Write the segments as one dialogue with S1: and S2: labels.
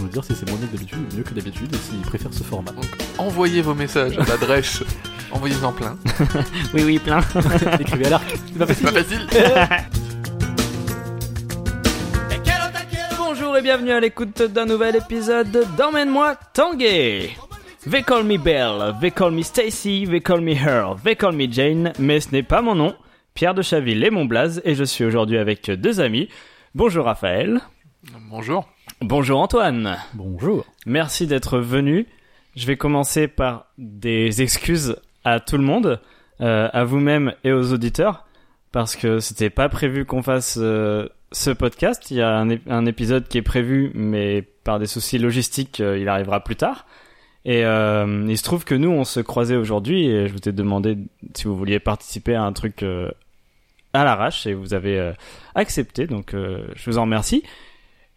S1: nous dire si c'est moins bien que d'habitude ou mieux que d'habitude et s'ils préfèrent ce format.
S2: Donc, envoyez vos messages à l'adresse. Envoyez-en plein.
S3: Oui, oui, plein.
S1: Écrivez à l'arc, c'est pas
S2: C'est
S1: facile.
S2: pas facile.
S3: Bonjour et bienvenue à l'écoute d'un nouvel épisode d'Emmène-moi Tanguay. They call me Belle, they call me Stacy, they call me Her, they call me Jane, mais ce n'est pas mon nom. Pierre de Chaville et mon blaze, et je suis aujourd'hui avec deux amis. Bonjour Raphaël.
S2: Bonjour.
S3: Bonjour Antoine.
S1: Bonjour.
S3: Merci d'être venu. Je vais commencer par des excuses à tout le monde, euh, à vous-même et aux auditeurs, parce que c'était pas prévu qu'on fasse euh, ce podcast. Il y a un, ép- un épisode qui est prévu, mais par des soucis logistiques, euh, il arrivera plus tard. Et euh, il se trouve que nous, on se croisait aujourd'hui et je vous ai demandé si vous vouliez participer à un truc euh, à l'arrache et vous avez euh, accepté, donc euh, je vous en remercie.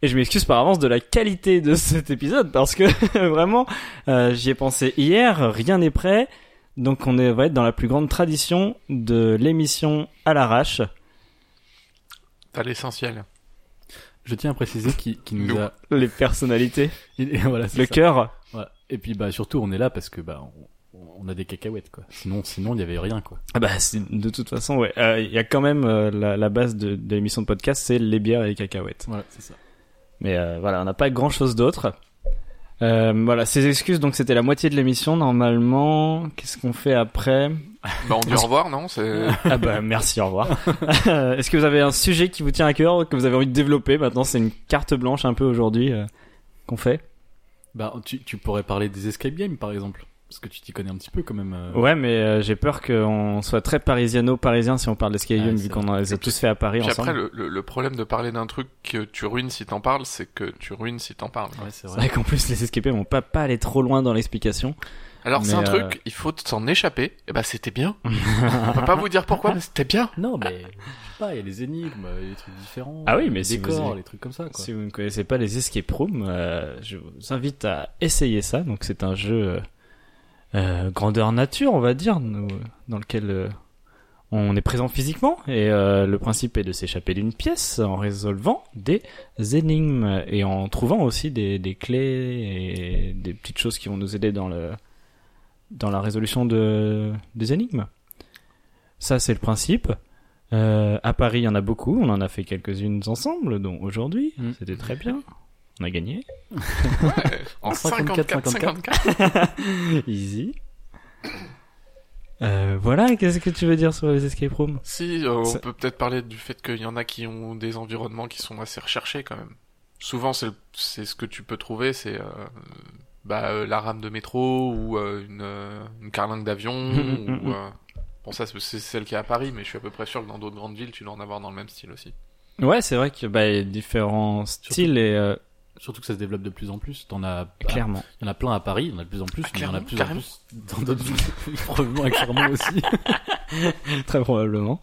S3: Et je m'excuse par avance de la qualité de cet épisode parce que vraiment, euh, j'y ai pensé hier, rien n'est prêt. Donc on est, va être dans la plus grande tradition de l'émission à l'arrache.
S2: T'as l'essentiel.
S1: Je tiens à préciser qu'il qu'il nous
S2: Nous.
S1: a.
S3: Les personnalités,
S1: il- voilà, c'est
S3: le
S1: ça.
S3: cœur.
S1: Voilà. Et puis bah surtout on est là parce que bah on, on a des cacahuètes quoi. Sinon sinon il y avait rien quoi.
S3: Ah bah, c'est- de toute façon, ouais. Euh, Il y a quand même euh, la, la base de, de l'émission de podcast, c'est les bières et les cacahuètes.
S1: Voilà c'est ça.
S3: Mais euh, voilà, on n'a pas grand chose d'autre. Euh, voilà, ces excuses, donc c'était la moitié de l'émission normalement. Qu'est-ce qu'on fait après
S2: Bah, on dit au revoir, non C'est
S3: Ah bah merci, au revoir. Euh, Est-ce que vous avez un sujet qui vous tient à cœur, que vous avez envie de développer Maintenant, c'est une carte blanche un peu aujourd'hui euh, qu'on fait.
S1: Bah tu, tu pourrais parler des escape games par exemple parce que tu t'y connais un petit peu quand même. euh.
S3: Ouais, mais euh, j'ai peur qu'on soit très parisiano-parisien si on parle d'escape
S1: Ah,
S3: game,
S1: c'est
S3: vu qu'on en- les a tous fait à Paris
S2: Puis
S3: ensemble.
S2: après, le, le- le problème de parler d'un truc que tu ruines si t'en parles, c'est que tu ruines si t'en parles.
S1: Ouais, c'est
S3: C'est
S1: vrai.
S3: vrai qu'en plus, les escape games, on peut pas aller trop loin dans l'explication.
S2: Alors, c'est
S3: Mais,
S2: un
S3: euh,
S2: truc, il faut s'en échapper. Et bah, c'était bien. on peut pas vous dire pourquoi, mais c'était bien.
S1: Non mais je sais pas il y a les énigmes, il y a les trucs différents.
S3: Ah oui,
S1: les
S3: mais si vous
S1: décors,
S3: avez-
S1: les trucs comme ça quoi.
S3: Si vous ne connaissez pas les escape rooms, euh, je vous invite à essayer ça. Donc c'est un jeu euh, euh, grandeur nature, on va dire, nous- dans lequel euh, on est présent physiquement. Et euh, le principe est de s'échapper d'une pièce en résolvant des énigmes et en trouvant aussi des, des clés et des petites choses qui vont nous aider dans le dans la résolution de, des énigmes. Ça, c'est le principe. Euh, à Paris, il y en a beaucoup. On en a fait quelques-unes ensemble, dont aujourd'hui.
S1: Mm.
S3: C'était très bien. On a gagné.
S2: Ouais.
S1: En 54,
S2: 54.
S3: Easy. Euh, voilà, qu'est-ce que tu veux dire sur les escape rooms
S2: Si, euh, on
S3: Ça-
S2: peut peut-être parler du fait qu'il y en a qui ont des environnements qui sont assez recherchés quand même. Souvent, c'est le- c'est ce que tu peux trouver, c'est euh, bah, euh, la rame de métro ou euh, une, euh, une carlingue d'avion.
S3: Mhm, mhm.
S2: ou, euh, Bon, ça, c'est- c'est celle qui est à Paris, mais je suis à peu près sûr que dans d'autres grandes villes, tu dois en avoir dans le même style aussi.
S3: Ouais, c'est vrai qu'il bah, y a différents styles et euh,
S1: Surtout que ça se développe de plus en plus. T'en as à
S3: Ah. clairement.
S1: Il y en a plein à Paris, il y en a de plus en plus,
S2: Ah,
S1: mais il y en a de
S2: clairement,
S1: plus
S2: carrément.
S1: en plus dans d'autres villes, probablement avec Clermont aussi.
S3: Très probablement.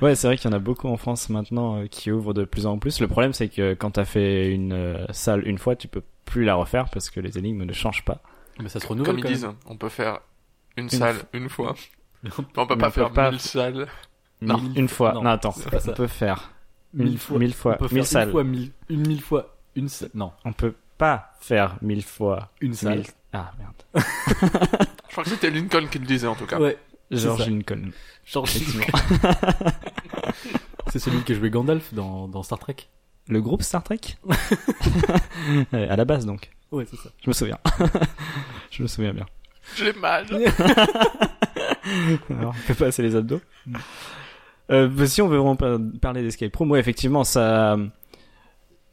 S3: Ouais, c'est vrai qu'il y en a beaucoup en France maintenant euh, qui ouvrent de plus en plus. Le problème, c'est que quand t'as fait une euh, salle une fois, tu peux plus la refaire parce que les énigmes ne changent pas.
S1: Mais ça se renouvelle
S2: Comme ils
S1: quand
S2: disent, on peut faire une,
S3: Une
S2: salle une fois.
S1: même.
S2: On peut
S3: Mais
S2: pas
S3: on peut
S2: faire
S3: pas-
S2: mille salles.
S1: Non.
S3: Mille- une fois. Non,
S1: Non,
S3: attends.
S1: c'est pas ça.
S3: On peut faire
S1: Mille fois.
S3: mille
S1: On
S3: fois,
S1: peut faire
S3: mille
S1: une
S3: salles.
S1: fois mille, une mille fois, une salle. Non,
S3: On peut pas faire mille fois
S1: une salle.
S3: mille. Ah merde.
S2: Je crois que c'était Lincoln qui le disait en tout cas.
S1: Ouais,
S3: George
S1: ça.
S3: Lincoln.
S1: George
S3: Effectivement.
S1: C'est celui qui jouait Gandalf dans, dans Star Trek.
S3: Le groupe Star Trek Euh, À la base donc.
S1: Ouais, c'est ça.
S3: Je me souviens. Je me souviens bien.
S2: J'ai mal.
S3: Alors, on peut pas assez les abdos. Euh, bah, si on veut vraiment par- parler d'escape room, ouais, effectivement, ça,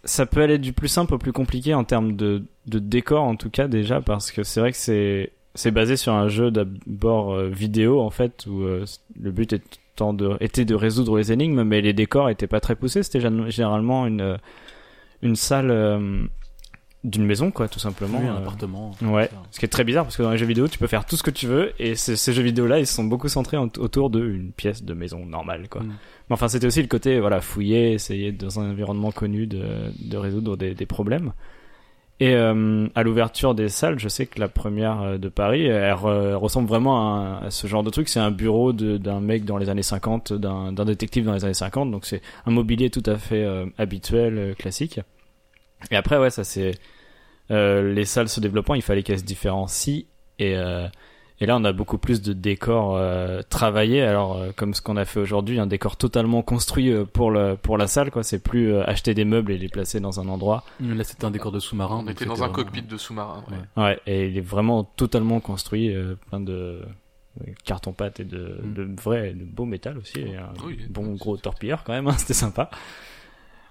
S3: ça peut aller du plus simple au plus compliqué en termes de, de décor, en tout cas, déjà, parce que c'est vrai que c'est, c'est basé sur un jeu d'abord euh, vidéo, en fait, où euh, le but étant de, était de résoudre les énigmes, mais les décors étaient pas très poussés. C'était gén- généralement une, une salle euh, d'une maison, quoi, tout simplement.
S1: Oui, un
S3: Euh,
S1: appartement.
S3: Ouais,
S1: Enfin,
S3: ce qui est très bizarre parce que dans les jeux vidéo, tu peux faire tout ce que tu veux et ces, ces jeux vidéo là, ils sont beaucoup centrés en- autour d'une pièce de maison normale quoi.
S1: Mm.
S3: Mais enfin, c'était aussi le côté voilà, fouiller, essayer dans un environnement connu de, de résoudre des, des problèmes. Et euh, à l'ouverture des salles, je sais que la première euh, de Paris, elle, re- elle ressemble vraiment à, à ce genre de truc. C'est un bureau de- d'un mec dans les années 50, d'un d'un détective dans les années 50. Donc c'est un mobilier tout à fait euh, habituel, euh, classique. Et après, ouais, ça c'est euh, les salles se développant, il fallait qu'elles se différencient. Et, euh, et là, on a beaucoup plus de décors euh, travaillés. Alors, euh, comme ce qu'on a fait aujourd'hui, un décor totalement construit euh, pour, le, pour la salle. quoi. C'est plus euh, acheter des meubles et les placer dans un endroit.
S1: Là, c'était un décor de sous-marin.
S2: On
S1: donc
S2: était
S1: c'était
S2: dans un
S1: vraiment-
S2: cockpit de sous-marin. ouais.
S1: Ouais.
S3: Ouais, et il est vraiment totalement construit, euh, plein de de carton-pâte et de,
S1: Mm.
S3: de vrai, de beau métal aussi. hein. et un
S2: Oui,
S3: bon
S2: c'est-
S3: gros torpilleur quand même, hein, c'était sympa.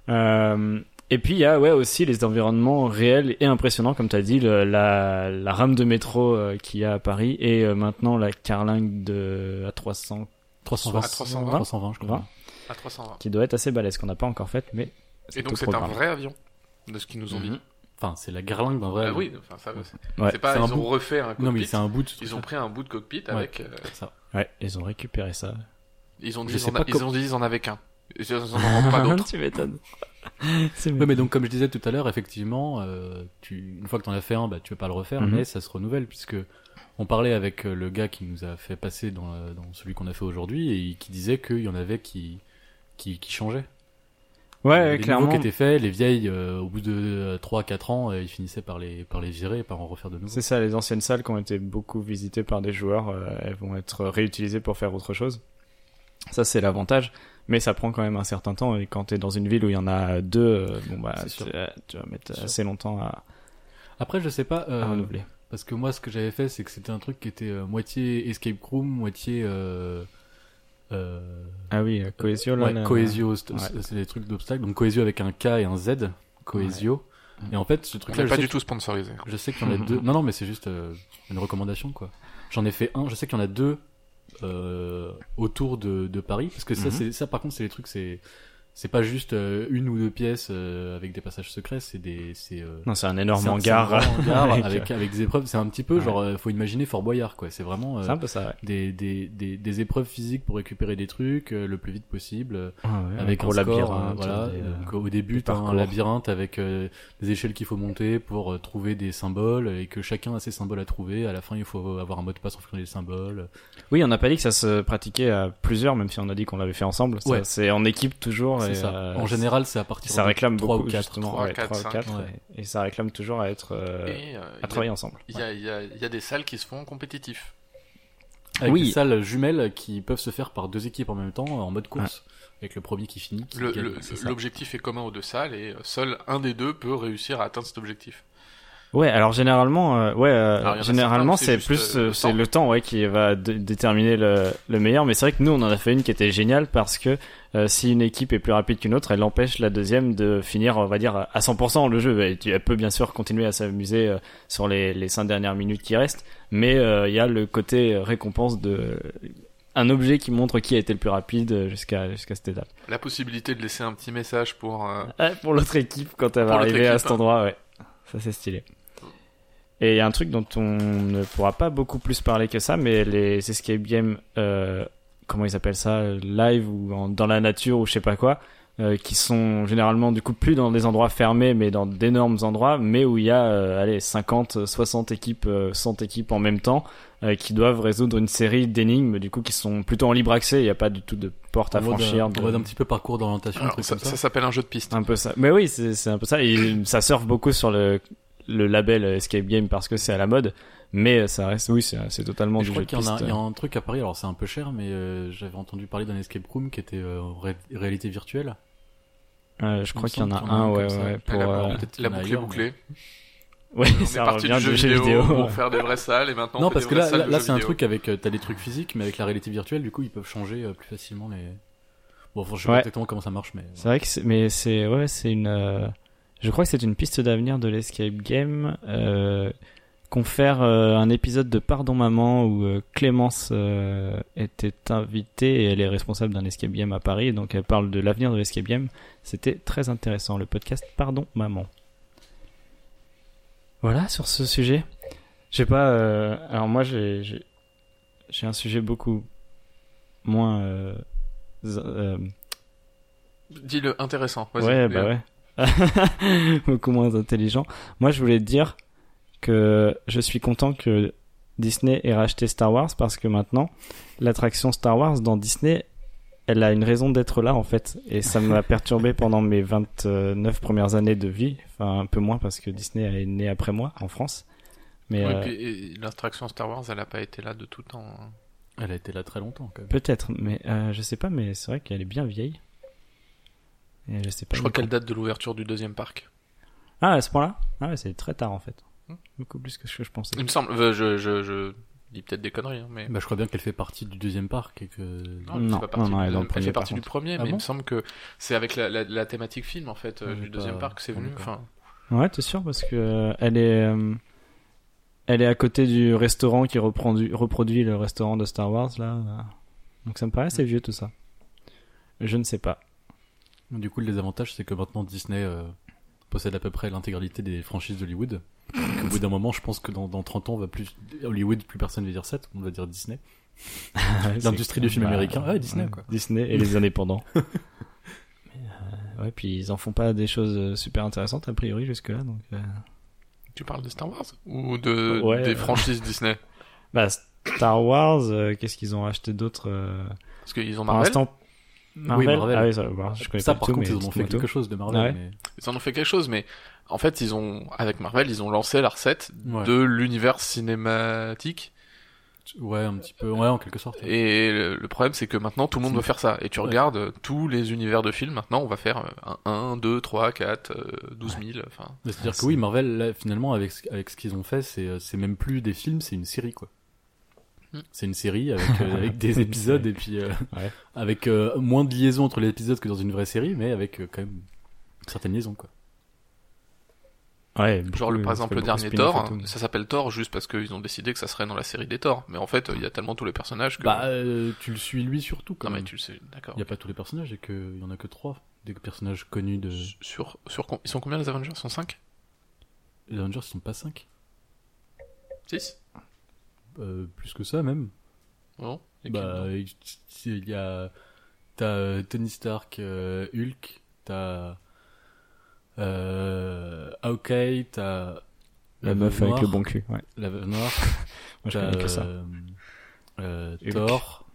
S3: Euh, et puis il y a ouais, aussi les environnements réels et impressionnants, comme tu as dit, le- la, la rame de métro euh, qu'il y a à Paris et euh, maintenant la carlingue de A300
S1: 320.
S2: À 320.
S1: 320, je crois.
S2: À 320.
S3: qui doit être assez balèze, qu'on n'a pas encore faite, mais
S2: Et
S3: au
S2: donc c'est un
S3: programme.
S2: vrai avion, de ce qu'ils nous ont
S1: Mhm.
S2: dit.
S1: Enfin, c'est la garlingue d'un vrai.
S2: Ah oui, enfin ça, c'est
S3: Ouais,
S2: c'est pas
S1: c'est un
S2: ils
S1: bout.
S2: ont refait un cockpit.
S1: Non, mais c'est un bout de.
S2: Ils ont pris un bout de cockpit avec. euh,
S1: Ça.
S3: Ouais, ils ont récupéré ça.
S2: ils ont dit
S1: Je
S2: ils
S1: sais
S2: en, a-
S1: pas
S2: ils
S1: comment-
S2: ont dit ils en avaient qu'un. Ils en auront pas d'autres.
S3: tu m'étonnes. C'est
S1: Ouais, mais donc comme je disais tout à l'heure, effectivement, euh, tu, une fois que t'en as fait un, bah tu peux pas le refaire,
S3: Mhm.
S1: mais ça se renouvelle puisque on parlait avec euh, le gars qui nous a fait passer dans, la- dans celui qu'on a fait aujourd'hui et il- qui disait qu'il y en avait qui qui, qui changeaient.
S3: Ouais,
S1: Euh, les
S3: clairement.
S1: nouveaux qui étaient faits, les vieilles, euh, au bout de 3-4 ans, euh, ils finissaient par les par les virer et par en refaire de nouveaux.
S3: C'est ça, les anciennes salles qui ont été beaucoup visitées par des joueurs, euh, elles vont être réutilisées pour faire autre chose. Ça, c'est l'avantage. Mais ça prend quand même un certain temps. Et quand t'es dans une ville où il y en a deux, euh, bon bah,
S1: C'est
S3: tu,
S1: sûr.
S3: euh, tu vas mettre
S1: C'est sûr.
S3: assez longtemps à,
S1: Après, je sais pas.
S3: à
S1: euh,
S3: renouveler.
S1: Parce que moi, ce que j'avais fait, c'est que c'était un truc qui était euh, moitié escape room, moitié euh, euh,
S3: Ah oui, euh, Coesio, là.
S1: ouais,
S3: là,
S1: cohésio, c'est
S3: ouais.
S1: c'est des trucs d'obstacles. Donc cohésio avec un K et un Z, cohésio.
S3: Ouais.
S1: Et en fait, ce
S2: On
S1: truc-là,
S2: n'est
S1: je,
S2: pas
S1: sais
S2: du
S1: que-
S2: tout sponsorisé.
S1: je sais qu'il y en a deux. Non, non, mais c'est juste euh, une recommandation, quoi. J'en ai fait un. Je sais qu'il y en a deux euh, autour de, de Paris, parce que ça,
S3: Mhm.
S1: c'est ça, par contre, c'est des trucs, c'est c'est pas juste euh, une ou deux pièces euh, avec des passages secrets, c'est des c'est euh,
S3: Non, c'est un
S1: c'est
S3: énorme
S1: un- c'est un
S3: hangar.
S1: grand hangar
S3: Avec,
S1: avec, avec, des épreuves. C'est un petit peu
S3: Ouais.
S1: genre, euh, faut imaginer Fort Boyard, quoi. C'est vraiment euh,
S3: C'est un peu ça, ouais.
S1: des, des, des, des épreuves physiques pour récupérer des trucs euh, le plus vite possible. euh, avec
S3: un gros
S1: un score, euh,
S3: labyrinthe.
S1: voilà.
S3: des, euh,
S1: Donc, au début, t'as
S3: parcours.
S1: un labyrinthe avec euh, des échelles qu'il faut monter pour euh, trouver des symboles et que chacun a ses symboles à trouver. À la fin, il faut avoir un mot de passe en fonction des symboles.
S3: Oui, on n'a pas dit que ça se pratiquait à plusieurs, même si on a dit qu'on l'avait fait ensemble. Ça,
S1: Ouais.
S3: C'est en équipe toujours.
S1: C'est
S3: et,
S1: ça.
S3: euh,
S1: en général, c'est à partir
S3: ça
S1: de
S3: réclame
S1: trois
S3: beaucoup
S1: ou quatre.
S3: justement
S2: trois,
S3: ouais,
S2: quatre,
S3: trois,
S2: cinq,
S3: quatre,
S1: ouais.
S3: et et ça réclame toujours à être euh,
S2: Et euh,
S3: à travailler ensemble
S2: il y a- il y a- il y a- il y a des salles qui se font compétitifs.
S1: Avec
S3: Oui.
S1: des salles jumelles qui peuvent se faire par deux équipes en même temps en mode course. Avec le premier qui finit. qui
S2: Le-
S1: gagne.
S2: le-
S1: C'est ça.
S2: L'objectif est commun aux deux salles et euh, seul un des deux peut réussir à atteindre cet objectif.
S3: ouais alors généralement euh, ouais euh,
S2: Alors, il y en a
S3: généralement
S2: certains
S3: c'est
S2: où c'est juste,
S3: plus
S2: euh,
S3: euh,
S2: le
S3: c'est
S2: temps.
S3: le temps ouais qui va dé- déterminer le, le meilleur mais c'est vrai que nous on en a fait une qui était géniale parce que euh, si une équipe est plus rapide qu'une autre elle empêche la deuxième de finir on va dire à 100% le jeu et tu- elle peut bien sûr continuer à s'amuser euh, sur les les cinq dernières minutes qui restent mais euh, il y a le côté euh, récompense de un objet qui montre qui a été le plus rapide euh, jusqu'à jusqu'à cette étape
S2: La possibilité de laisser un petit message pour euh,
S3: Ouais, Ah, pour l'autre équipe quand elle va
S2: Pour l'autre
S3: arriver à
S2: équipe,
S3: cet
S2: hein.
S3: endroit, ouais. Ça c'est stylé. Et il y a un truc dont on ne pourra pas beaucoup plus parler que ça, mais les escape games, euh, comment ils appellent ça, live ou en- dans la nature ou je sais pas quoi, euh, qui sont généralement du coup plus dans des endroits fermés, mais dans d'énormes endroits, mais où il y a euh, allez 50, 60 équipes, euh, 100 équipes en même temps, euh, qui doivent résoudre une série d'énigmes, du coup qui sont plutôt en libre accès. Il n'y a pas du tout de porte à
S1: En mode,
S3: franchir.
S1: euh,
S3: de-
S1: en mode un petit peu parcours d'orientation, un
S2: Alors,
S1: truc
S2: ça,
S1: comme ça.
S2: ça s'appelle un jeu de piste.
S3: c'est un peu ça. Mais oui, c'est c'est un peu ça. Et ça surfe beaucoup sur le, le label euh, Escape Game parce que c'est à la mode. Mais euh, ça reste, oui, c'est c'est totalement
S1: Et
S3: du
S1: je crois
S3: jeu de
S1: qu'il y, en a-
S3: piste.
S1: il y a un truc à Paris, alors c'est un peu cher, mais euh, j'avais entendu parler d'un escape room qui était euh, en ré- réalité virtuelle.
S3: Euh, je crois qu'il y en
S1: Il me
S3: a
S1: semble qu'il y en a
S3: un, ouais,
S1: un comme ça.
S3: ouais, pour,
S2: la,
S3: euh,
S2: boucle-
S1: peut-être
S2: la
S1: qu'il y en a
S2: boucle est
S1: ailleurs,
S2: bouclée.
S3: ouais,
S2: On est
S3: ça
S2: parti
S3: revient
S2: du
S3: du
S2: jeu
S3: jeu
S2: vidéo,
S3: vidéo. ouais.
S2: pour faire des vraies salles et maintenant on
S1: non,
S2: fait
S1: parce
S2: des
S1: que
S2: vraies
S1: là,
S2: salles
S1: là,
S2: de
S1: là,
S2: jeux
S1: c'est un
S2: vidéo.
S1: truc avec, euh, t'as des trucs physiques, mais avec la réalité virtuelle, du coup, ils peuvent changer euh, plus facilement les. Bon, enfin, je sais
S3: Ouais.
S1: pas exactement comment ça marche, mais. euh,
S3: C'est vrai que c'est, mais c'est, ouais, c'est une, euh, je crois que c'est une piste d'avenir de l'escape game, euh, qu'on faire euh, un épisode de Pardon Maman où euh, Clémence euh, était invitée et elle est responsable d'un escape game à Paris, et donc elle parle de l'avenir de l'escape game. C'était très intéressant, le podcast Pardon Maman. Voilà sur ce sujet. Je sais pas, euh, alors moi j'ai, j'ai, j'ai un sujet beaucoup moins, euh, z- euh,
S2: Dis-le intéressant. Vas-y, Léo.
S3: Ouais, bah ouais. Beaucoup moins intelligent. Moi, je voulais te dire que je suis content que Disney ait racheté Star Wars parce que maintenant, l'attraction Star Wars dans Disney, elle elle a une raison d'être là en fait. Et ça m'a perturbé pendant mes 29 premières années de vie, enfin un peu moins parce que Disney est né après moi en France. Mais
S2: Oui,
S3: euh,
S2: puis, et l'attraction Star Wars, elle a pas été là de tout temps. hein.
S1: Elle a été là très longtemps quand même.
S3: peut-être, mais euh, je sais pas, mais c'est vrai qu'elle est bien vieille. Et je sais pas.
S2: Je crois
S3: du coup.
S2: qu'elle date de l'ouverture du deuxième parc.
S3: Ah, à ce point-là Ah ouais, c'est très tard en fait.
S2: Hmm.
S3: Beaucoup plus que ce que je pensais.
S2: Il me semble. euh, Je, je, je dis peut-être des conneries, hein, mais.
S1: Bah, je crois bien qu'elle fait partie du deuxième parc et que.
S2: Non,
S3: Non,
S2: elle fait pas partie
S3: non, non,
S2: du
S3: elle est
S2: deuxième-
S3: dans le
S2: elle
S3: premier,
S2: fait
S3: par
S2: partie du premier,
S1: Ah
S2: mais il
S1: bon
S2: me semble que c'est avec la, la, la thématique film en fait euh,
S1: Ouais, j'ai
S2: du deuxième
S1: pas-
S2: parc que c'est
S1: on est
S2: venu.
S1: pas-
S2: Enfin,
S3: Ouais, t'es sûr parce que euh, elle est euh, elle est à côté du restaurant qui reprend du- reproduit le restaurant de Star Wars là. euh. Donc ça me
S1: Mm.
S3: paraît assez vieux tout ça. Je ne sais pas.
S1: Du coup, le désavantage, c'est que maintenant Disney euh, possède à peu près l'intégralité des franchises d'Hollywood. Donc, Au bout d'un moment, je pense que dans, dans 30 ans, on va plus Hollywood, plus personne va dire ça, tout le monde va dire Disney. L'industrie du film américain. Ouais, Disney, quoi.
S3: Bah, Disney et les indépendants. Mais, euh, ouais, puis ils en font pas des choses euh, super intéressantes a priori jusque là donc. euh,
S2: tu parles de Star Wars ou de
S3: Ouais,
S2: des
S3: euh.
S2: franchises Disney
S3: Bah Star Wars, euh, qu'est-ce qu'ils ont acheté d'autre euh,
S2: Parce qu'ils ont
S3: pour
S2: Marvel.
S3: l'instant Marvel.
S1: Marvel.
S3: Ah oui, ça, bah, je connais
S1: ça,
S3: pas
S1: par
S3: du tout,
S1: contre, ils
S3: mais
S1: en ont fait
S3: dites-moi tout.
S1: quelque chose de Marvel.
S3: Ah ouais.
S1: mais-
S2: Ils en ont fait quelque chose, mais en fait, ils ont avec Marvel, ils ont lancé la recette
S1: Ouais.
S2: de l'univers cinématique.
S1: Ouais, un petit peu, ouais, en quelque sorte.
S2: Et le le problème, c'est que maintenant, tout le monde
S1: C'est-
S2: veut faire ça. Et tu
S1: Ouais.
S2: regardes euh, tous les univers de films. Maintenant, on va faire euh, un 1, 2, 3, 4, 12 000. euh, Enfin,
S1: Mais Bah, C'est-à-dire
S3: Ah,
S1: que oui,
S3: c'est-
S1: Marvel, là, finalement, avec, ce- avec ce qu'ils ont fait, c'est, euh, c'est même plus des films, c'est une série, quoi.
S2: Hmm.
S1: C'est une série avec, euh, avec des épisodes et puis euh,
S3: Ouais.
S1: avec euh, moins de liaison entre les épisodes que dans une vraie série, mais avec euh, quand même certaines liaisons, quoi.
S3: Ouais,
S2: genre, le,
S3: beaucoup-
S2: par exemple, le
S3: beaucoup de
S2: dernier
S3: spin-off
S2: Thor,
S3: et tout,
S2: hein,
S3: mais-
S2: ça s'appelle Thor juste parce qu'ils ont décidé que ça serait dans la série des Thor. Mais en fait, euh, il y a tellement tous les personnages que.
S1: Bah, euh, tu le suis lui surtout, quand
S2: non, mais
S1: même.
S2: tu le sais, d'accord.
S1: Il n'y a pas tous les personnages et qu'il y en a que trois des personnages connus de
S2: Sur, sur, com- ils sont combien les Avengers Ils sont 5
S1: les Avengers, ils sont pas cinq,
S2: 6
S1: Euh, plus que ça même.
S2: Non Et
S1: Bah, il il y a. T'as euh, Tony Stark, euh, Hulk, t'as. Euh, Hawkeye, t'as.
S3: La meuf
S1: Veuve
S3: avec le
S1: Noire,
S3: bon cul, ouais. Moi,
S1: La veuve noire,
S3: je
S1: t'as.
S3: connais que ça.
S1: euh, euh,
S3: Hulk.
S1: Thor.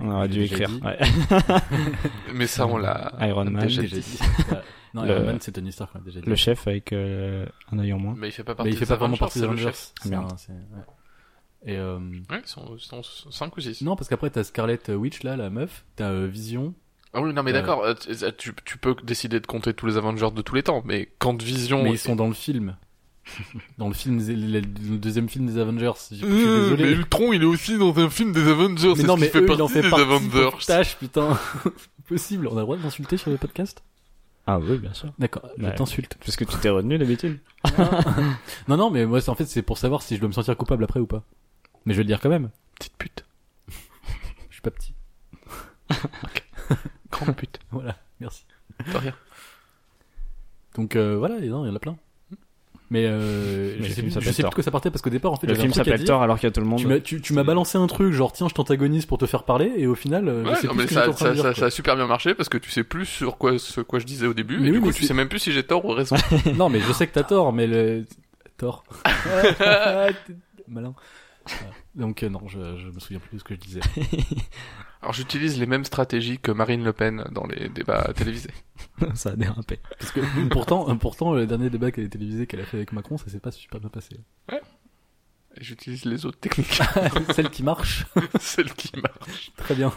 S3: On aurait
S1: j'ai
S3: dû
S1: déjà
S3: écrire.
S1: dit.
S3: Ouais.
S2: qui- Mais ça, on
S1: euh,
S2: l'a.
S1: ah,
S3: Iron Man,
S2: déjà
S1: Déjà
S2: dit.
S1: dit. T'as- non,
S3: Le-
S1: Iron Man, c'est Tony Stark, on l'a déjà dit.
S3: Le chef avec euh, un œil en moins.
S2: Mais il fait pas partie
S1: Mais Bah, il fait pas vraiment partie des
S2: c'est le
S1: Avengers.
S2: chef.
S1: C'est
S3: Ah, Merde.
S1: un- c'est- ouais. Et. euh,
S2: Ouais, ils sont, ils sont 5 ou 6.
S1: Non, parce qu'après, t'as Scarlet Witch, là, la meuf. T'as euh, Vision.
S2: Ah oui, non, mais
S1: Euh,
S2: d'accord, euh, tu, tu- tu peux décider de compter tous les Avengers de tous les temps, mais quand Vision.
S1: Mais ils sont dans le film. Dans le film, le le deuxième film des Avengers. Je suis
S2: Euh,
S1: désolé.
S2: mais Ultron, il est aussi dans un film des Avengers,
S1: Mais
S2: c'est
S1: non,
S2: ce qui
S1: mais
S2: fait
S1: eux, il
S2: partie
S1: en fait
S2: des
S1: partie
S2: Avengers.
S1: Tâche, putain. Possible. On a le droit de m'insulter sur le podcast
S3: Ah oui, bien sûr.
S1: D'accord, je
S3: Ouais.
S1: t'insulte.
S3: Parce que tu t'es retenu d'habitude.
S1: Non, non, mais moi, c'est- en fait, c'est pour savoir si je dois me sentir coupable après ou pas. Mais je vais le dire quand même.
S2: Petite pute,
S1: Je suis pas petit.
S2: grande pute,
S1: Voilà, merci.
S2: de rien.
S1: Donc euh, voilà, et non, il y en a plein. Mais, euh, je
S3: Mais le
S1: sais,
S3: film
S1: plus, je
S3: s'appelle
S1: sais plus de
S3: Thor.
S1: quoi ça partait parce qu'au départ, en fait,
S3: Le
S1: j'avais
S3: film
S1: un truc à
S3: s'appelle
S1: dire.
S3: Thor alors qu'il y a tout le monde.
S1: Tu m'as- Tu tu m'as balancé un truc, genre tiens, je t'antagonise pour te faire parler, et au final, euh, je
S2: Ouais,
S1: sais
S2: non,
S1: plus
S2: mais
S1: ce que j'étais
S2: ça,
S1: en train de
S2: ça,
S1: dire,
S2: ça,
S1: quoi.
S2: ça a super bien marché parce que tu sais plus sur quoi, ce quoi je disais au début,
S1: Mais
S2: et
S1: oui,
S2: du coup,
S1: mais
S2: tu
S1: c'est-
S2: sais même plus si j'ai tort ou raison.
S1: Non, mais je sais que t'as tort, mais le. Tort. Malin. Voilà. Donc, euh, non, je, je me souviens plus de ce que je disais.
S2: Alors, j'utilise les mêmes stratégies que Marine Le Pen dans les débats télévisés.
S3: ça a dérapé.
S1: Parce que, pourtant, euh, pourtant, le dernier débat qu'elle a télévisé, qu'elle a fait avec Macron, ça s'est pas super bien passé.
S2: Et J'utilise les autres techniques,
S1: Celle qui marche,
S2: celles qui marchent.
S1: très bien.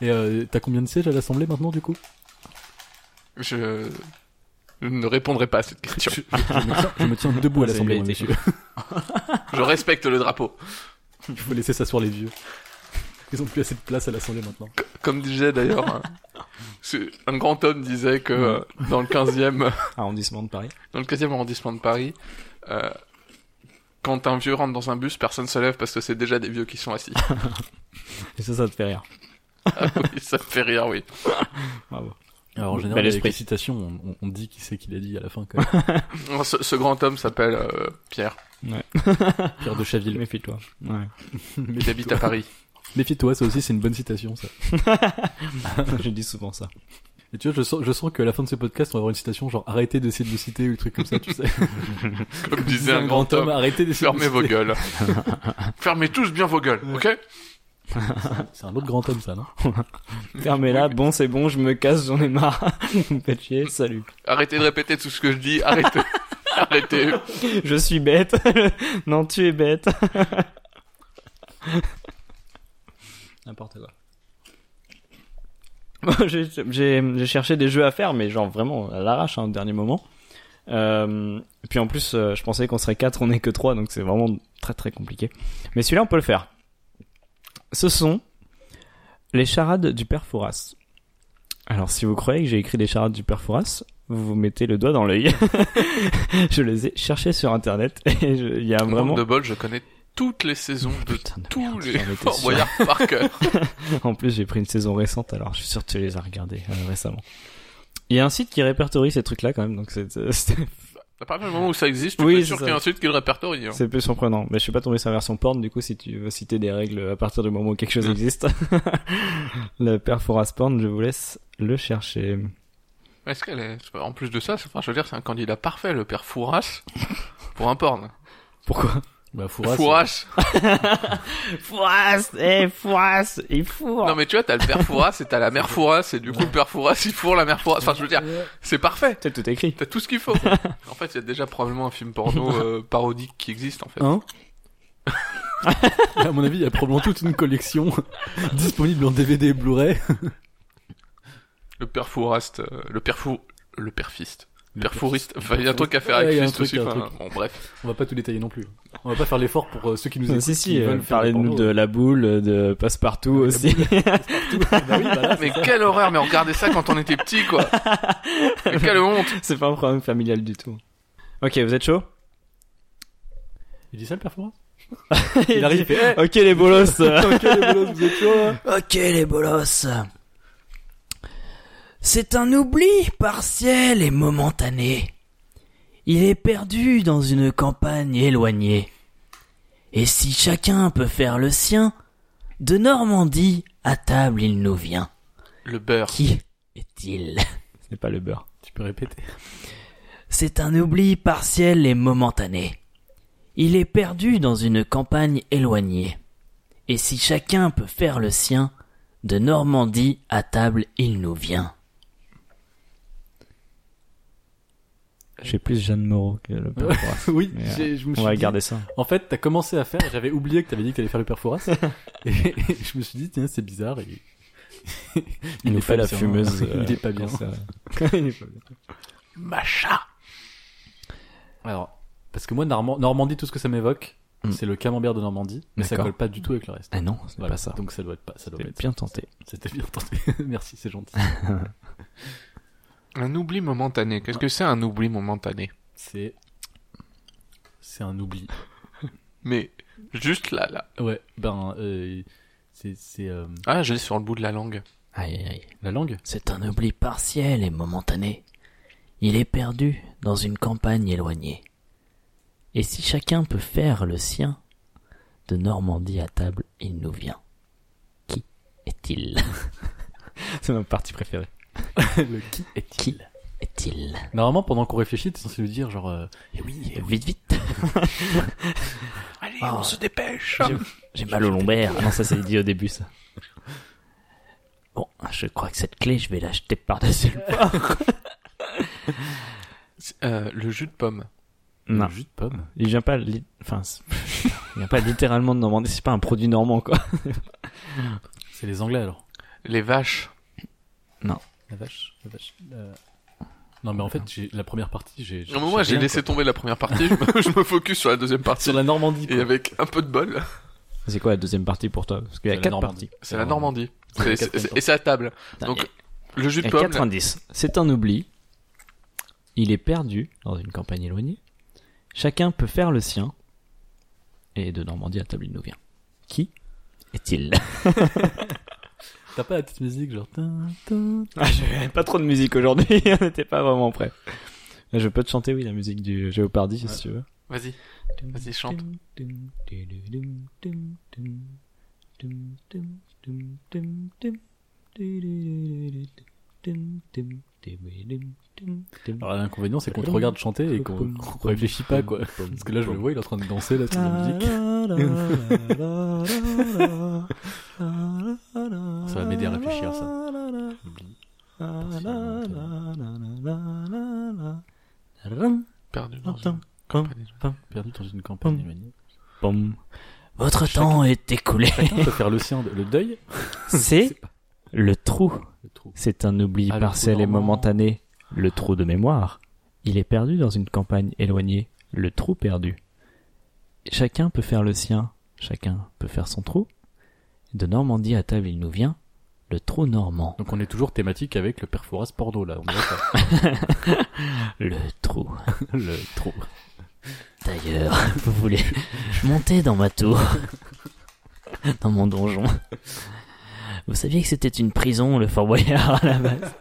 S1: Et euh, t'as combien de sièges à l'Assemblée maintenant, du coup
S2: Je... je ne répondrai pas à cette question.
S1: je, je me tiens, je me tiens debout à
S3: Ça
S1: l'Assemblée,
S3: lui a
S1: moi,
S3: été
S1: monsieur.
S2: Je respecte le drapeau.
S1: Il faut laisser s'asseoir les vieux. Ils ont plus assez de place à l'Assemblée maintenant.
S2: Comme disait d'ailleurs un... c'est- un grand homme disait
S1: Mm.
S2: que euh, dans le 15e
S3: Arrondissement de Paris.
S2: dans le 15e arrondissement de Paris euh, quand un vieux rentre dans un bus, personne se lève parce que c'est déjà des vieux qui sont assis.
S3: Et ça, ça te fait rire.
S2: Ah oui, ça me fait rire, oui.
S3: Bravo.
S1: Alors, en
S3: Bel
S1: général, avec
S3: esprit.
S1: les citations, on, on- on dit qui c'est qui l'a dit à la fin, quand même.
S2: Non, Ce, ce grand homme s'appelle euh, Pierre.
S1: Pierre de Chaville.
S3: Méfie-toi. Ouais.
S2: Il habite à Paris.
S1: Méfie-toi, ça aussi, c'est une bonne citation, ça.
S3: je dis souvent ça.
S1: Et tu vois, je sens, je sens que à la fin de ce podcast, on va avoir une citation genre arrêtez d'essayer de nous citer ou des trucs comme ça, tu sais.
S2: Comme disait un grand homme.
S1: arrêtez d'essayer de nous
S2: Fermez vos
S1: citer.
S2: gueules. Fermez tous bien vos gueules, ok
S1: C'est un autre grand homme, ça, non
S3: Fermez là, bon, c'est bon, je me casse, j'en ai marre. Vous me faites chier, salut.
S2: Arrêtez de répéter tout ce que je dis, arrêtez. arrêtez.
S3: Ah, Je suis bête. non, tu es bête.
S1: N'importe quoi.
S3: Moi, j'ai- J'ai j'ai cherché des jeux à faire, mais genre vraiment à l'arrache, hein, au dernier moment. Euh, et puis en plus, euh, je pensais qu'on serait 4, on est que 3, donc c'est vraiment très très compliqué. Mais celui-là, on peut le faire. Ce sont les charades du père Fouras. Alors, si vous croyez que j'ai écrit les charades du père Fouras, vous vous mettez le doigt dans l'œil. je les ai cherchées sur internet et je- il y a
S2: Vraiment
S3: vraiment.
S2: de bol, je connais toutes les saisons de
S3: Putain de
S2: tous
S3: merde,
S2: les
S3: j'en étais
S2: Fort
S3: sûr.
S2: Boyard par cœur.
S3: En plus, j'ai pris une saison récente, alors je suis sûr que tu les as regardés euh, récemment. Il y a un site qui répertorie ces trucs-là quand même, donc c'est euh, c'est-
S2: À partir du moment où ça existe, je
S3: Oui,
S2: suis
S3: c'est
S2: sûr
S3: ça.
S2: qu'il y a un site qui le répertorie. hein.
S3: c'est peu surprenant. Mais je suis pas tombé sur la version porn, du coup, si tu veux citer des règles à partir du moment où quelque chose
S2: Mm.
S3: existe. le Perforas porn, je vous laisse le chercher.
S2: Est-ce qu'elle est... En plus de ça, c'est- enfin, je veux dire, c'est un candidat parfait, le père Fouras, pour un porn.
S3: Pourquoi
S1: Bah, Fouras.
S2: Fouras.
S3: Fouras Eh, Fouras Il fourre
S2: Non mais tu vois, t'as le père Fouras et t'as la mère Fouras, et du coup le père Fouras, il fourre la mère Fouras. Enfin, je veux dire, c'est parfait.
S3: T'as tout écrit.
S2: T'as tout ce qu'il faut. en fait, il y a déjà probablement un film porno euh, parodique qui existe, en fait.
S3: Hein
S1: euh, À mon avis, il y a probablement toute une collection disponible en DVD et Blu-ray.
S2: Le père Fouras, euh, le père Fou... Le père Fist. Le père
S1: Père
S2: Fouriste. Enfin, il y a un truc à faire
S1: Ouais, il
S2: avec
S1: y a un
S2: Fist
S1: truc,
S2: aussi.
S1: il y a un
S2: enfin,
S1: truc.
S2: Bon, bref.
S1: On va pas tout détailler non plus. On va pas faire l'effort pour euh, ceux qui nous écoutent.
S3: si, si,
S1: qui
S3: euh,
S1: veulent faire du
S3: parlez-nous
S1: porno.
S3: de la boule, de Passepartout aussi.
S1: Bah oui, bah là,
S2: Mais quelle horreur, mais on regardait ça quand on était petit, quoi. Mais quelle honte.
S3: c'est pas un problème familial du tout. Ok, vous êtes chaud
S1: Il dit ça, le performance Il arrive, il fait,
S3: Ok les bolos
S1: Ok, les bolos, vous êtes chauds, hein
S3: Ok les bolos. C'est un oubli partiel et momentané. Il est perdu dans une campagne éloignée.
S4: Et si chacun peut faire le sien, de Normandie à table il nous vient.
S2: Le beurre.
S4: Qui est-il
S3: Ce n'est pas le beurre.
S1: Tu peux répéter.
S4: C'est un oubli partiel et momentané. Il est perdu dans une campagne éloignée. Et si chacun peut faire le sien, de Normandie à table il nous vient.
S3: J'ai plus Jeanne Moreau que le beurre.
S1: Oui,
S3: Mais, euh,
S1: j'ai- je me
S3: On
S1: suis
S3: va
S1: dit-
S3: garder ça.
S1: En fait, t'as commencé à faire, j'avais oublié que t'avais dit que t'allais faire le perforas. et, et je me suis dit, tiens, c'est bizarre. Et...
S3: nous
S1: est pas
S3: fait la
S1: bien. hein.
S3: fumeuse, euh,
S1: Il est pas bien
S3: quand
S1: ça.
S2: Macha.
S1: Alors, parce que moi, Norma- Normandie, tout ce que ça m'évoque,
S3: Mm.
S1: c'est le camembert de Normandie, mais ça
S3: D'accord.
S1: colle pas du tout avec le reste.
S3: Ah non, c'est
S1: Voilà,
S3: pas ça.
S1: Donc ça doit être pas, ça doit
S3: C'est
S1: être.
S3: bien tenté.
S1: C'était bien tenté. Merci, c'est gentil.
S2: Un oubli momentané. Qu'est-ce que c'est un oubli momentané
S1: C'est, c'est un oubli.
S2: Mais juste là, là.
S1: Ouais, ben, euh, c'est, c'est euh,
S2: Ah, j'ai sur le bout de la langue.
S4: Aïe aïe aïe.
S1: la langue.
S4: C'est un oubli partiel et momentané. Il est perdu dans une campagne éloignée. Et si chacun peut faire le sien, de Normandie à table il nous vient. Qui est-il
S3: C'est ma partie préférée.
S1: le qui.
S4: Qui est-il
S1: Normalement, pendant qu'on réfléchit, t'es censé lui dire genre, euh,
S4: Eh oui, eh, vite vite
S2: Allez,
S4: Ah.
S2: on se dépêche.
S4: J'ai mal au lombaire.
S3: Ah non, ça c'est dit au début ça.
S4: Bon, je crois que cette clé, je vais l'acheter par-dessus le port.
S2: Euh, le jus de pomme.
S3: Non,
S1: le jus de pomme.
S3: il vient pas. li- Enfin, c'est- il vient pas littéralement de Normandie. C'est pas un produit normand quoi.
S1: C'est les Anglais alors.
S2: Les vaches.
S1: La vache, la vache. euh, Non, mais en fait, j'ai la première partie, j'ai.
S2: Non, mais moi, j'ai
S1: rien,
S2: laissé
S1: quoi.
S2: tomber la première partie. je, me, je me focus sur la deuxième partie.
S1: Sur la Normandie.
S2: Et avec un peu de bol,
S3: C'est quoi la deuxième partie pour toi Parce qu'il y a
S1: C'est la
S3: quatre
S1: Normandie.
S3: parties.
S2: c'est la Normandie. C'est-
S1: la
S2: c'est-
S1: quatrième
S2: c'est- Et c'est à table.
S4: Non,
S2: Donc, le jus de
S3: Et
S2: pomme.
S3: 90. C'est un oubli. Il est perdu dans une campagne éloignée. Chacun peut faire le sien. Et de Normandie à table, il nous vient. Qui est-il
S1: T'as pas la petite musique genre. tin, tin.
S3: ah, J'avais pas trop de musique aujourd'hui, on n'était pas vraiment prêts. Je peux te chanter, oui, la musique du Géopardy, si tu veux.
S2: Vas-y, vas-y, chante.
S1: Alors l'inconvénient c'est qu'on te regarde chanter et qu'on qu'on réfléchit pas quoi. Parce que là je le vois, il est en train de danser là sur la musique. Ça va m'aider à réfléchir, ça.
S2: Perdu dans
S3: Attends.
S2: une campagne.
S1: Perdu dans une campagne éloignée.
S4: Votre temps est écoulé.
S1: On peut faire le sien, de- le deuil,
S3: C'est
S4: Le trou,
S1: le trou.
S4: c'est un oubli
S1: Ah, le trou
S4: partiel et
S1: normand.
S4: momentané. Le trou de mémoire. Il est perdu dans une campagne éloignée. Le trou perdu. Chacun peut faire le sien. Chacun peut faire son trou. De Normandie à table, il nous vient. Le trou normand.
S1: Donc on est toujours thématique avec le perforas porno là. On est d'accord.
S4: Le trou.
S1: le trou.
S4: D'ailleurs, vous voulez monter dans ma tour, dans mon donjon. Vous saviez que c'était une prison, le Fort Boyard, à la base.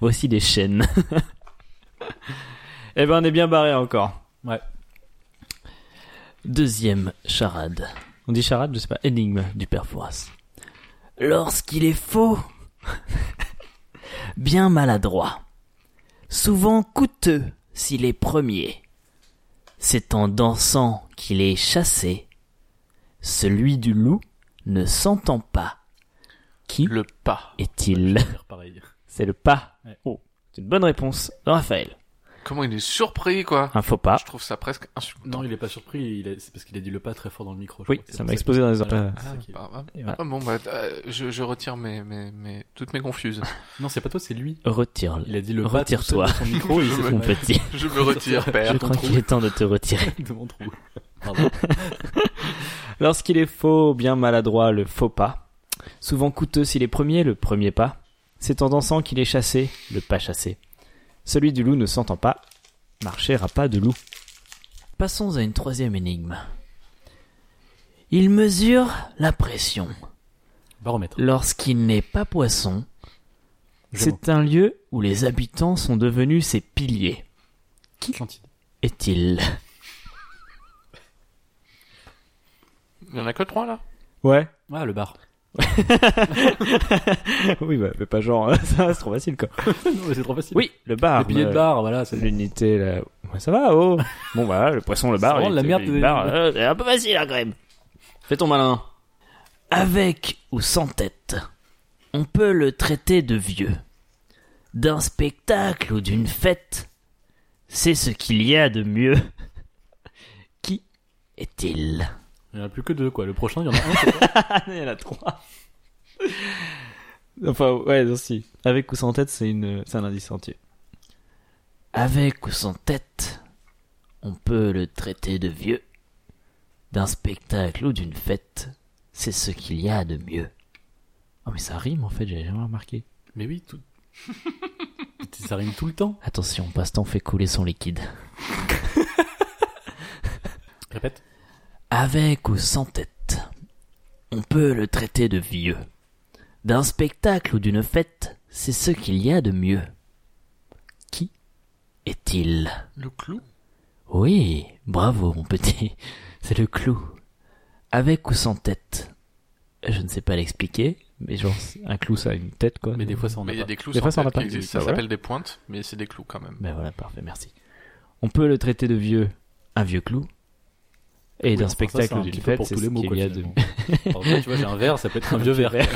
S4: Voici des chaînes.
S3: Eh ben on est bien barré encore.
S4: Deuxième charade.
S3: On dit
S4: Ah,
S3: charade, je sais pas.
S4: Énigme du père Fouras. Lorsqu'il est faux, bien maladroit, souvent coûteux s'il est premier, c'est en dansant qu'il est chassé. Celui du loup ne s'entend pas. Qui
S2: Le pas.
S4: est-il
S1: Faire pareil.
S4: C'est le pas.
S1: Ouais.
S4: Oh, c'est une bonne réponse de Raphaël.
S2: Comment il est surpris, quoi.
S4: Un faux pas.
S2: Je trouve ça presque insultant.
S1: Non, il est pas surpris, il est- c'est parce qu'il a dit le pas très fort dans le micro. je
S3: Oui,
S1: crois. C'est
S3: ça
S1: pour
S3: m'a explosé dans les
S1: Voilà,
S3: oreilles.
S1: c'est ça qui est-
S2: Bah, bah,
S4: Et voilà.
S2: ah, bon, bah, euh, je, je retire mes, mes, mes, toutes mes confuses.
S1: Non, c'est pas toi, c'est lui.
S4: Retire-le.
S1: Il a dit le pas tout seul
S4: Retire-toi.
S1: dans son micro et il s'est
S4: Mon
S1: trompé.
S4: petit.
S2: je me retire, père.
S1: ton
S4: Je crois
S1: trou.
S4: qu'il est temps de te retirer.
S1: de mon trou. Pardon.
S3: Lorsqu'il est faux, bien maladroit, le faux pas. Souvent coûteux s'il est premier, le premier pas. C'est en dansant qu'il est chassé, le pas chassé. Celui du loup ne s'entend pas. Marcher à pas de loup.
S4: Passons à une troisième énigme. Il mesure la pression.
S1: Baromètre.
S4: Lorsqu'il n'est pas poisson,
S1: Je
S4: c'est un lieu où les habitants sont devenus ses piliers.
S1: Atlantide.
S4: Est-il
S2: Il y en a que trois, là
S3: Ouais.
S1: Ah, le bar.
S3: oui, bah, mais pas genre, ça, c'est trop facile, quoi.
S1: non, mais c'est trop facile.
S3: Oui, le bar.
S1: Les billets de
S3: euh,
S1: bar, voilà, c'est bon.
S3: L'unité, là. Ouais, ça va, oh. Bon, voilà, le poisson, le
S1: C'est
S3: bar.
S1: vraiment
S3: il
S1: la
S3: était-
S1: merde
S3: le
S1: des-
S3: bar, euh,
S4: C'est un peu facile, hein, quand même. Fais ton malin. Avec ou sans tête, on peut le traiter de vieux. D'un spectacle ou d'une fête, c'est ce qu'il y a de mieux. Qui est-il
S1: Il y en a plus que deux, quoi. Le prochain, il y en a un. c'est-
S3: Il y en a trois. enfin, ouais, non, si. Avec ou sans tête, c'est une, c'est un indice entier.
S4: Avec ou sans tête, on peut le traiter de vieux. D'un spectacle ou d'une fête, c'est ce qu'il y a de mieux. Oh mais ça rime en fait, j'avais jamais remarqué.
S1: Mais oui, tout. Ça rime tout le temps.
S4: Attention, Pastan fait couler son liquide.
S1: Répète.
S4: Avec ou sans tête, on peut le traiter de vieux. D'un spectacle ou d'une fête, c'est ce qu'il y a de mieux. Qui est-il
S2: Le clou
S4: Oui, bravo mon petit, c'est le clou. Avec ou sans tête Je ne sais pas l'expliquer, mais genre c'est un clou ça a une tête quoi.
S1: Mais des fois, ça en a
S2: Mais il y a
S1: pas.
S2: des clous
S3: Des fois,
S2: sans
S3: ça en a
S2: tête qui
S3: pas.
S2: existent.
S3: Ah
S2: Ça
S3: ouais.
S2: s'appelle des pointes, mais c'est des clous quand même.
S4: Ben voilà, parfait, merci. On peut le traiter de vieux, un vieux clou. Et
S1: Oui,
S4: d'un
S1: enfin, ça, c'est
S4: spectacle
S1: un
S4: ou d'une
S1: petit peu
S4: fête,
S1: pour
S4: c'est
S1: tous
S4: ce
S1: les mots,
S4: qu'il
S1: quoi,
S4: y a de
S1: finalement. Par exemple, tu vois, j'ai un verre, ça peut être un vieux verre.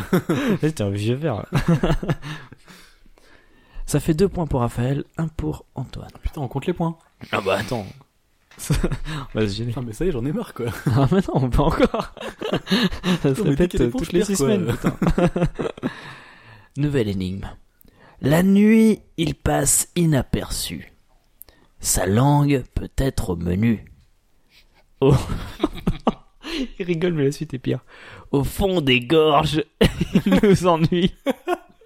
S3: C'était un vieux verre.
S4: Ça fait deux points pour Raphaël, un pour Antoine.
S1: Putain, on compte les points.
S4: Ah bah
S3: Attends. On va se gêner.
S1: Putain, mais ça y est, j'en ai marre, quoi.
S3: Ah, mais non, pas encore. Ça
S1: Putain,
S3: se
S1: mais dès
S3: répète
S1: qu'il y a des
S3: euh,
S1: ponts, je
S3: toutes les
S1: perds,
S3: six
S1: quoi.
S3: semaines.
S4: Nouvelle énigme. La nuit, il passe inaperçu. Sa langue peut être au menu.
S3: Il rigole, mais la suite est pire.
S4: Au fond des gorges, il nous ennuie.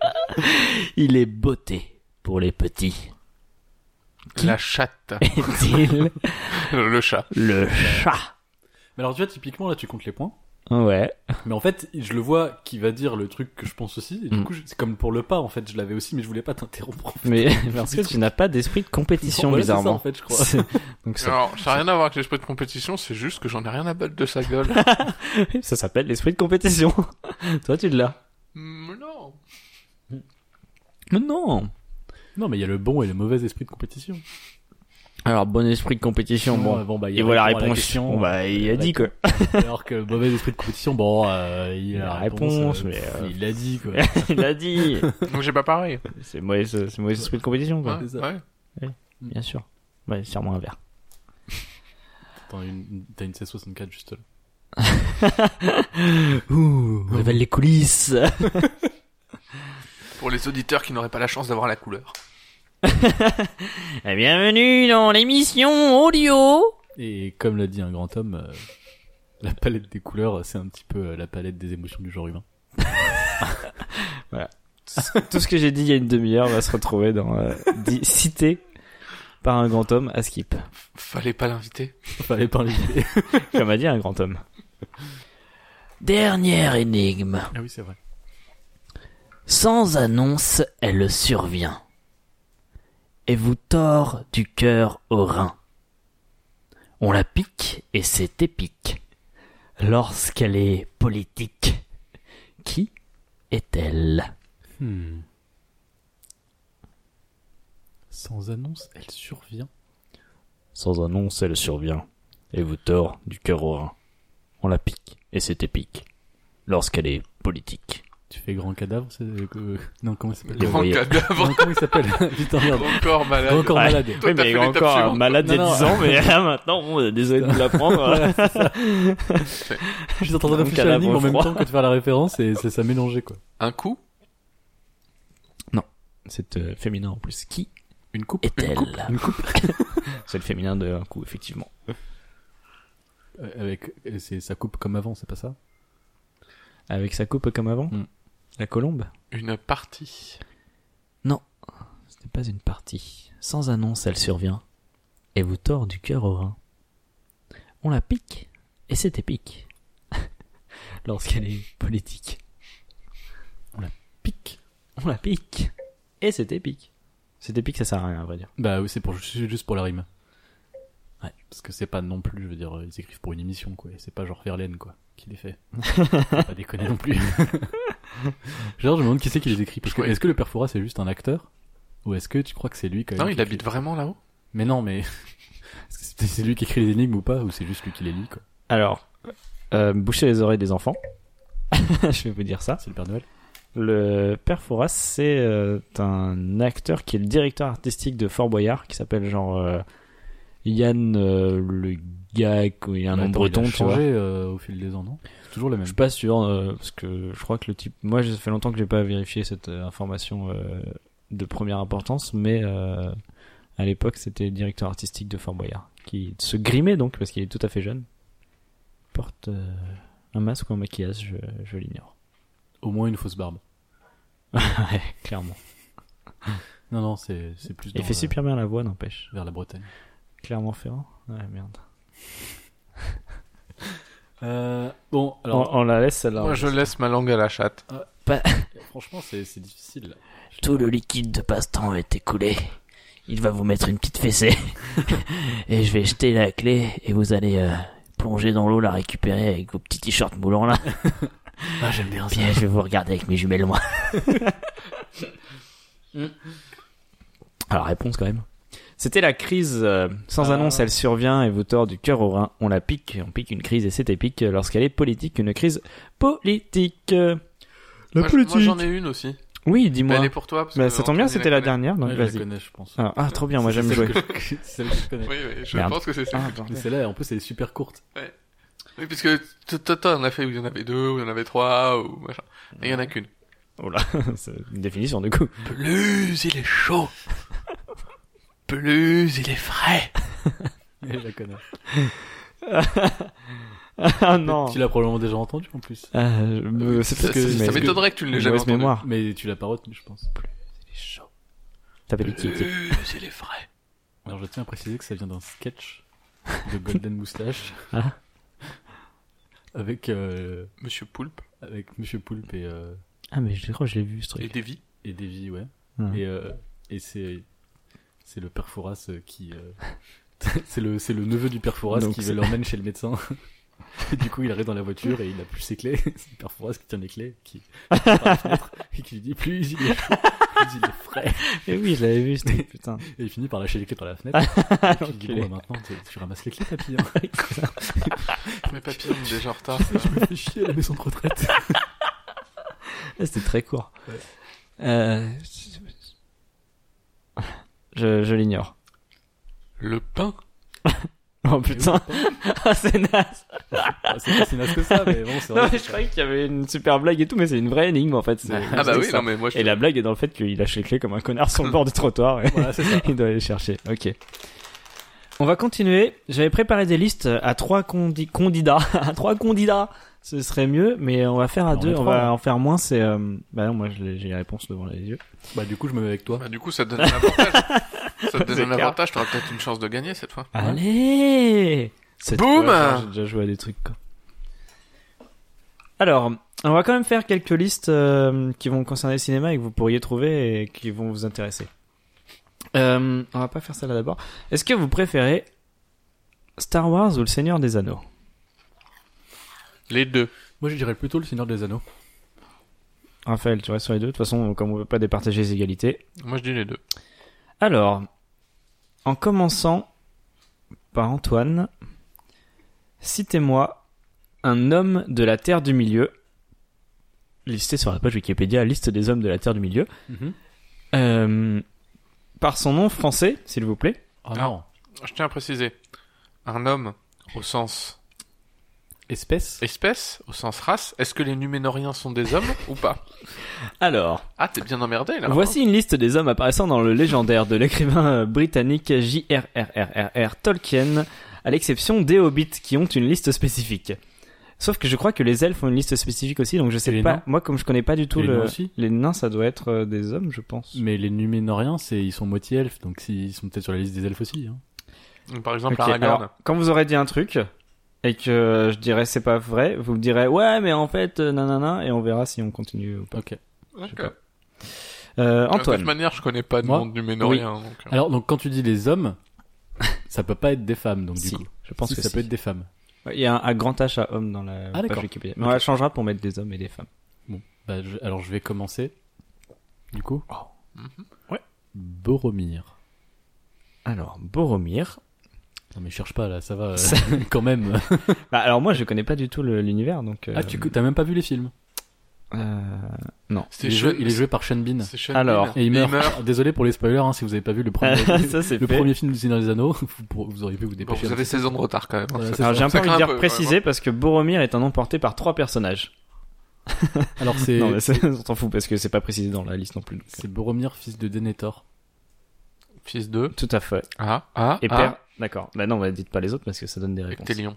S4: Il est beauté pour les petits.
S2: La chatte.
S4: Est-il
S2: le chat.
S4: le chat
S1: Mais alors, tu vois, typiquement, là, tu comptes les points.
S3: Ouais.
S1: Mais en fait, je le vois qui va dire le truc que je pense aussi. Et du
S4: Mm.
S1: coup, je- c'est comme pour le pas, en fait, je l'avais aussi, mais je voulais pas t'interrompre. en fait.
S3: Mais parce que tu n'as pas d'esprit de compétition,
S1: Voilà, c'est ça, en
S3: bizarrement.
S1: fait, je crois.
S3: C'est- Donc ça,
S2: Alors, ça n'a rien à voir avec l'esprit de compétition, c'est juste que j'en ai rien à battre de sa gueule.
S3: ça s'appelle l'esprit de compétition.
S2: Mm,
S3: Toi, tu l'as.
S2: Hmm, non.
S3: Mais non.
S1: Non, mais il y a le bon et le mauvais esprit de compétition.
S4: Alors, bon esprit de compétition,
S1: Ah,
S4: bon.
S1: bon bah, il
S4: Et voilà la
S1: répond à
S4: réponse.
S1: question,
S4: bon, bah, il a dit quoi.
S1: Alors que le mauvais esprit de compétition, bon, euh, il y a la réponse, euh,
S4: mais,
S1: pff,
S4: euh,
S1: il l'a dit quoi.
S4: il a dit.
S2: Donc j'ai pas pareil.
S4: C'est mauvais, c'est mauvais esprit de compétition, quoi.
S2: Ouais,
S1: c'est ça.
S2: ouais.
S4: Bien sûr. Ouais, serre-moi un verre.
S1: Attends, une- T'as une C64 juste là.
S4: Ouh, on révèle les coulisses.
S2: Pour les auditeurs qui n'auraient pas la chance d'avoir la couleur.
S4: Et bienvenue dans l'émission audio.
S1: Et comme l'a dit un grand homme, euh, la palette des couleurs, c'est un petit peu euh, la palette des émotions du genre humain.
S3: Tout ce que j'ai dit il y a une demi-heure va se retrouver dans euh, dit- cité par un grand homme à skip.
S2: Fallait pas l'inviter.
S1: Fallait parler.
S3: Comme a dit un grand homme.
S4: Dernière énigme.
S1: ah oui, c'est vrai.
S4: Sans annonce, elle survient. Et vous tord du cœur au rein. On la pique et c'est épique. Lorsqu'elle est politique, qui est-elle
S1: Hmm. Sans annonce, elle survient.
S4: Sans annonce, elle survient. Et vous tord du cœur au rein. On la pique et c'est épique. Lorsqu'elle est politique.
S1: Tu fais grand cadavre, c'est... euh, Non, comment il s'appelle
S4: Les
S2: Grand
S4: voyous.
S2: cadavre.
S1: Non, comment il s'appelle Putain, merde.
S2: Encore malade.
S1: Grand corps
S4: Ouais.
S1: malade.
S2: Toi,
S3: oui,
S2: t'as
S3: mais
S2: fait l'étape
S3: encore un
S2: suivante.
S3: malade il y a
S1: Non,
S3: 10 ans, mais là maintenant, bon, euh, désolé de vous l'apprendre.
S1: Je suis en train de
S3: Grand
S1: réfléchir à
S3: cadavre
S1: l'énigme en même
S3: froid.
S1: temps que de faire la référence et ça, ça mélangeait quoi.
S2: Un coup,
S3: C'est euh, féminin en plus. Qui
S2: une coupe, une coupe.
S4: Est-elle
S3: C'est le féminin de un coup, effectivement.
S1: Euh, Avec, et c'est, ça coupe comme avant, c'est pas ça
S3: Avec sa coupe comme avant
S1: Hmm.
S3: La colombe
S2: Une partie.
S4: Ce n'est pas une partie. Sans annonce, elle survient et vous tord du cœur au rein. On la pique et c'est épique. Lorsqu'elle est politique. On la pique. On la pique.
S3: Et c'est épique. C'est épique, ça sert à rien, à vrai dire.
S1: Bah oui, c'est pour c'est juste pour la rime.
S4: Ouais.
S1: Parce que c'est pas non plus, je veux dire, euh, ils écrivent pour une émission quoi. Et c'est pas genre Verlaine quoi qui les fait. Faut pas déconner non plus. genre, je me demande qui c'est qui les écrit. Parce que
S2: Ouais.
S1: est-ce que le père Fouras c'est juste un acteur ou est-ce que tu crois que c'est lui quand
S3: Ah
S1: même
S2: Non,
S1: qui
S2: il
S1: écrit
S2: habite vraiment là-haut.
S1: Mais non, mais est-ce que c'est- c'est lui qui écrit les énigmes ou pas ou c'est juste lui qui les lit quoi
S3: Alors, euh, bouchez les oreilles des enfants. Je vais vous dire ça.
S1: C'est le Père Noël.
S3: Le père Fouras, c'est euh, un acteur qui est le directeur artistique de Fort Boyard, qui s'appelle genre euh, Yann euh, le gars où il a un
S1: Bah,
S3: nom
S1: attends,
S3: breton,
S1: il a
S3: tu vois.
S1: changé euh, au fil des ans, non C'est toujours le même.
S3: Je suis pas sûr euh, parce que je crois que le type. Moi, ça fait longtemps que j'ai pas vérifié cette euh, information euh, de première importance, mais euh, à l'époque, c'était le directeur artistique de Fort Boyard qui se grimait donc parce qu'il est tout à fait jeune. Porte euh, un masque ou un maquillage, je, je l'ignore.
S1: Au moins une fausse barbe.
S3: ouais, clairement.
S1: Non, non, c'est c'est plus
S3: Il
S1: dans,
S3: fait
S1: euh,
S3: super bien la voix, n'empêche.
S1: vers la Bretagne.
S3: Clairement Ferrand. Ouais, merde.
S1: Euh, bon,
S3: On,
S1: alors
S3: on la laisse celle-là.
S2: Moi, je laisse ma langue à la chatte.
S1: franchement, c'est c'est difficile. là.
S4: Tout le liquide de passe-temps est écoulé. Il va vous mettre une petite fessée. et je vais jeter la clé et vous allez euh, plonger dans l'eau, la récupérer avec vos petits t-shirts moulants là.
S1: Ah, j'aime bien ça.
S4: Puis euh, je vais vous regarder avec mes jumelles moi.
S3: Alors réponse quand même. C'était la crise euh, sans
S1: Ah.
S3: annonce, elle survient et vous tord du cœur au rein. On la pique, on pique une crise et c'est épique euh, lorsqu'elle est politique, une crise politique. Euh, La
S2: Moi, je- moi, j'en ai une aussi.
S3: Oui,
S2: Mais
S3: dis-moi.
S2: Elle est pour toi. parce
S3: Bah,
S2: que
S3: ça tombe bien,
S2: Anthony
S3: c'était la
S2: connaît.
S3: dernière, donc
S1: Ouais, je la
S3: vas-y.
S1: connais, je pense.
S3: Ah, ah, trop bien, moi
S1: C'est
S3: j'aime
S1: celle
S3: jouer.
S1: que je- C'est celle que je connais.
S2: Oui, oui, je
S3: Merde.
S2: pense que c'est ça.
S3: Ah,
S1: Mais
S3: bordel.
S1: celle-là, en plus, elle est super courte.
S2: Oui, puisque t- t- t'en as fait où il y en avait deux, où il y en avait trois, ou machin. Et il y en a qu'une.
S3: Oh là, c'est une définition du coup.
S2: Plus il est chaud, plus il est frais.
S1: Et je la connais.
S3: ah non.
S1: Tu l'as probablement déjà entendu en plus.
S3: Euh, euh, c'est
S2: Ça,
S3: parce que
S2: ça
S1: mais-
S2: m'étonnerait que tu ne l'aies
S3: j'ai
S2: jamais
S3: mauvaise
S2: entendu.
S3: mémoire.
S1: Mais tu l'as pas retenu, je pense.
S3: T'avais dit qui était.
S2: Plus il est frais.
S1: Alors, je tiens à préciser que ça vient d'un sketch de Golden Moustache.
S3: Ah.
S1: Avec, euh,
S2: Monsieur Poulpe
S1: avec Monsieur Poulpe et, euh,
S3: Ah mais je crois que je l'ai vu
S2: et
S3: ce truc.
S2: Davy.
S1: et Davy, ouais.
S3: Ah.
S1: Et, euh, et c'est, c'est le père Fouras euh, qui, euh, c'est le, c'est le neveu du père Fouras
S3: Donc,
S1: qui
S3: c'est-
S1: l'emmène chez le médecin. Et du coup, il arrive dans la voiture et il n'a plus ses clés. C'est une perforace qui tient les clés, qui, qui part à la fenêtre et qui lui dit plus il est chaud, plus il est frais.
S3: Et Eh oui, je l'avais vu, c'était putain.
S1: Et il finit par lâcher les clés par la fenêtre. Et puis, il dit, bon, bah, maintenant, tu, tu ramasses les clés, papy. hein.
S2: Mes papillons déjà en retard.
S1: Je me fais chier à la maison de retraite.
S3: Ah, C'était très court.
S1: Ouais.
S3: Euh, je je l'ignore.
S2: Le pain
S3: Oh putain, Ah, c'est naze.
S1: Ah, C'est pas si naze que ça, mais bon, c'est
S3: Non,
S1: vrai.
S3: mais je croyais qu'il y avait une super blague et tout, mais c'est une vraie énigme en fait. C'est-
S2: Ah bah
S3: c'est
S2: oui,
S3: ça.
S2: non mais moi je...
S3: Et la blague est dans le fait qu'il lâche les clés comme un connard sur le bord du trottoir. et-
S1: Voilà, c'est ça.
S3: Il doit aller chercher. Ok. On va continuer. J'avais préparé des listes à trois condi- candidats. à trois candidats. Ce serait mieux, mais on va faire à
S1: Alors, on
S3: deux.
S1: est
S3: On
S1: trois,
S3: va hein. en faire moins. C'est. euh, Bah non, moi je l'ai- j'ai les réponses devant les yeux.
S1: Bah, du coup, je me mets avec toi.
S2: Bah, du coup ça te donne un avantage. ça te
S3: C'est
S2: donne un
S3: clair.
S2: avantage, t'auras peut-être une chance de gagner cette fois.
S3: Allez C'est-
S2: Boum
S3: Ouais, J'ai déjà joué à des trucs quoi. Alors, on va quand même faire quelques listes euh, qui vont concerner le cinéma et que vous pourriez trouver et qui vont vous intéresser. Euh, on va pas faire celle-là d'abord. Est-ce que vous préférez Star Wars ou Le Seigneur des Anneaux
S2: Les deux.
S1: Moi, je dirais plutôt le Seigneur des Anneaux.
S3: Raphaël, tu restes sur les deux. De toute façon, comme on veut pas départager les égalités.
S2: Moi je dis les deux.
S3: Alors, en commençant par Antoine, citez-moi un homme de la Terre du Milieu, listé sur la page Wikipédia, liste des hommes de la Terre du Milieu, euh, par son nom français, s'il vous plaît.
S1: Ah
S2: Ah.
S1: non.
S2: Je tiens à préciser. Un homme au sens
S1: Espèce
S2: espèce, au sens race, est-ce que les Numénoriens sont des hommes ou pas
S3: Alors,
S2: Ah t'es bien emmerdé là.
S3: Voici une liste des hommes apparaissant dans le légendaire de l'écrivain euh, britannique J.R.R.R.R. Tolkien, à l'exception des hobbits qui ont une liste spécifique. Sauf que je crois que les elfes ont une liste spécifique aussi, donc je sais
S1: les
S3: pas.
S1: nains
S3: Moi, comme je connais pas du tout
S1: Et les
S3: le.
S1: nains aussi
S3: les nains, ça doit être euh, des hommes, je pense.
S1: Mais les Numénoriens, c'est ils sont moitié elfes, donc si- ils sont peut-être sur la liste des elfes aussi. Hein.
S2: Donc, Par exemple
S3: Ok,
S2: Aragorn.
S3: alors, quand vous aurez dit un truc et que euh, je dirais c'est pas vrai, vous me direz ouais, mais en fait, euh, nanana, et on verra si on continue ou pas.
S1: Ok.
S2: D'accord.
S3: sais pas. Euh,
S1: Ah,
S2: De toute
S3: Antoine.
S2: manière je connais pas de
S1: Moi
S2: monde Numénorien. donc, euh,
S1: Alors, donc quand tu dis les hommes, ça peut pas être des femmes, donc
S3: Si,
S1: du coup.
S3: je pense
S1: Si,
S3: que
S1: ça
S3: si.
S1: peut être des femmes.
S3: Il y a un, un grand H à homme dans la
S1: Ah,
S3: page
S1: d'accord.
S3: Wikipédia. Mais on la changera pour mettre des hommes et des femmes.
S1: Bah, je- alors, je vais commencer. Du coup
S2: Mhm.
S3: Oh. Ouais.
S1: Boromir.
S3: Alors, Boromir.
S1: Non, mais cherche pas là, ça va euh, quand même.
S3: Bah, alors moi, je connais pas du tout le- l'univers, donc. euh,
S1: Ah, tu t'as même pas vu les films
S3: euh,
S1: il est,
S2: C'est
S1: joué,
S2: Sean-
S1: il est joué par Sean Bean.
S2: c'est Sean
S3: Alors,
S2: Bean.
S1: Et il meurt. Désolé pour les spoilers, hein, si vous avez pas vu le premier,
S3: ça c'est
S1: le
S3: fait.
S1: premier film du Seigneur des Anneaux, vous, pourrez- vous auriez pu vous
S2: Bon,
S1: dépêcher.
S2: vous avez 16 ans de retard quand même. hein.
S1: Voilà, c'est
S3: Alors, j'ai
S1: ça.
S3: un peu
S2: Ça
S3: envie
S2: craint
S3: de
S2: un
S3: dire
S2: peu,
S3: préciser parce que Boromir est un nom porté par trois personnages.
S1: Alors, c'est
S3: Non, mais ça, on s'en fout parce que c'est pas précisé dans la liste non plus. donc.
S1: c'est Boromir, fils de Denethor.
S2: Fils de.
S3: euh, Tout à fait.
S2: Ah, ah,
S3: Et
S2: ah.
S3: père. D'accord. Bah non, bah, dites pas les autres parce que ça donne des réponses.
S2: Ectélion.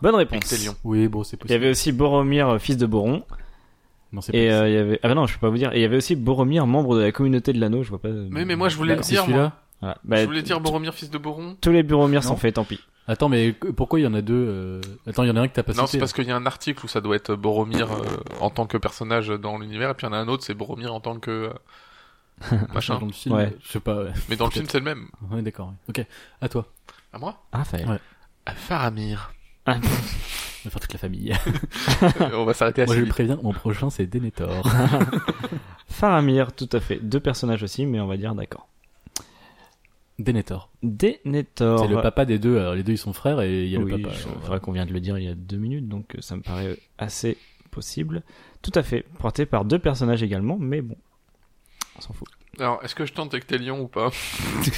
S3: Bonne réponse.
S2: Ectélion.
S1: Oui, bon, c'est
S3: Il y
S1: possible.
S3: avait aussi Boromir, euh, fils de Boron.
S1: Non, c'est
S3: Et
S1: pas
S3: euh, il y avait. Ah bah non, je peux pas vous dire. Et il y avait aussi Boromir, membre de la communauté de l'anneau. Je vois pas.
S2: Mais, mais moi, je voulais le
S3: Bah,
S1: C'est
S2: dire, moi.
S1: celui-là
S3: voilà. Bah,
S2: je voulais dire Boromir, fils de Boron.
S3: Tous les Boromir
S1: Non.
S3: sont faits, tant pis.
S1: Attends, mais que- pourquoi il y en a deux euh, Attends, il y en a un que t'as pas
S2: Non,
S1: cité.
S2: c'est parce qu'il y a un article où ça doit être Boromir euh, en tant que personnage dans l'univers, et puis il y en a un autre, c'est Boromir en tant que. euh,
S1: Dans
S2: machin.
S1: le film,
S3: Ouais.
S1: je sais pas. Ouais,
S2: Mais dans le film, c'est le même.
S1: Ouais, d'accord. ouais. Ok, à toi.
S2: À moi
S3: Raphaël.
S1: Ouais.
S2: À Faramir.
S1: On va faire toute la famille.
S2: Euh, On va s'arrêter à
S1: Moi, je
S2: celui
S1: le préviens, mon prochain, c'est Denethor.
S3: Faramir, tout à fait. Deux personnages aussi, mais on va dire d'accord.
S1: Denethor.
S3: Denethor.
S1: C'est le papa des deux. Alors, les deux, ils sont frères et il y a
S3: Oui,
S1: le papa. euh,
S3: je-
S1: alors,
S3: il euh, faudrait qu'on vient de le dire il y a deux minutes, donc euh, ça me paraît assez possible. Tout à fait. Porté par deux personnages également, mais bon. On s'en fout.
S2: Alors, est-ce que je tente Ectélion ou pas Parce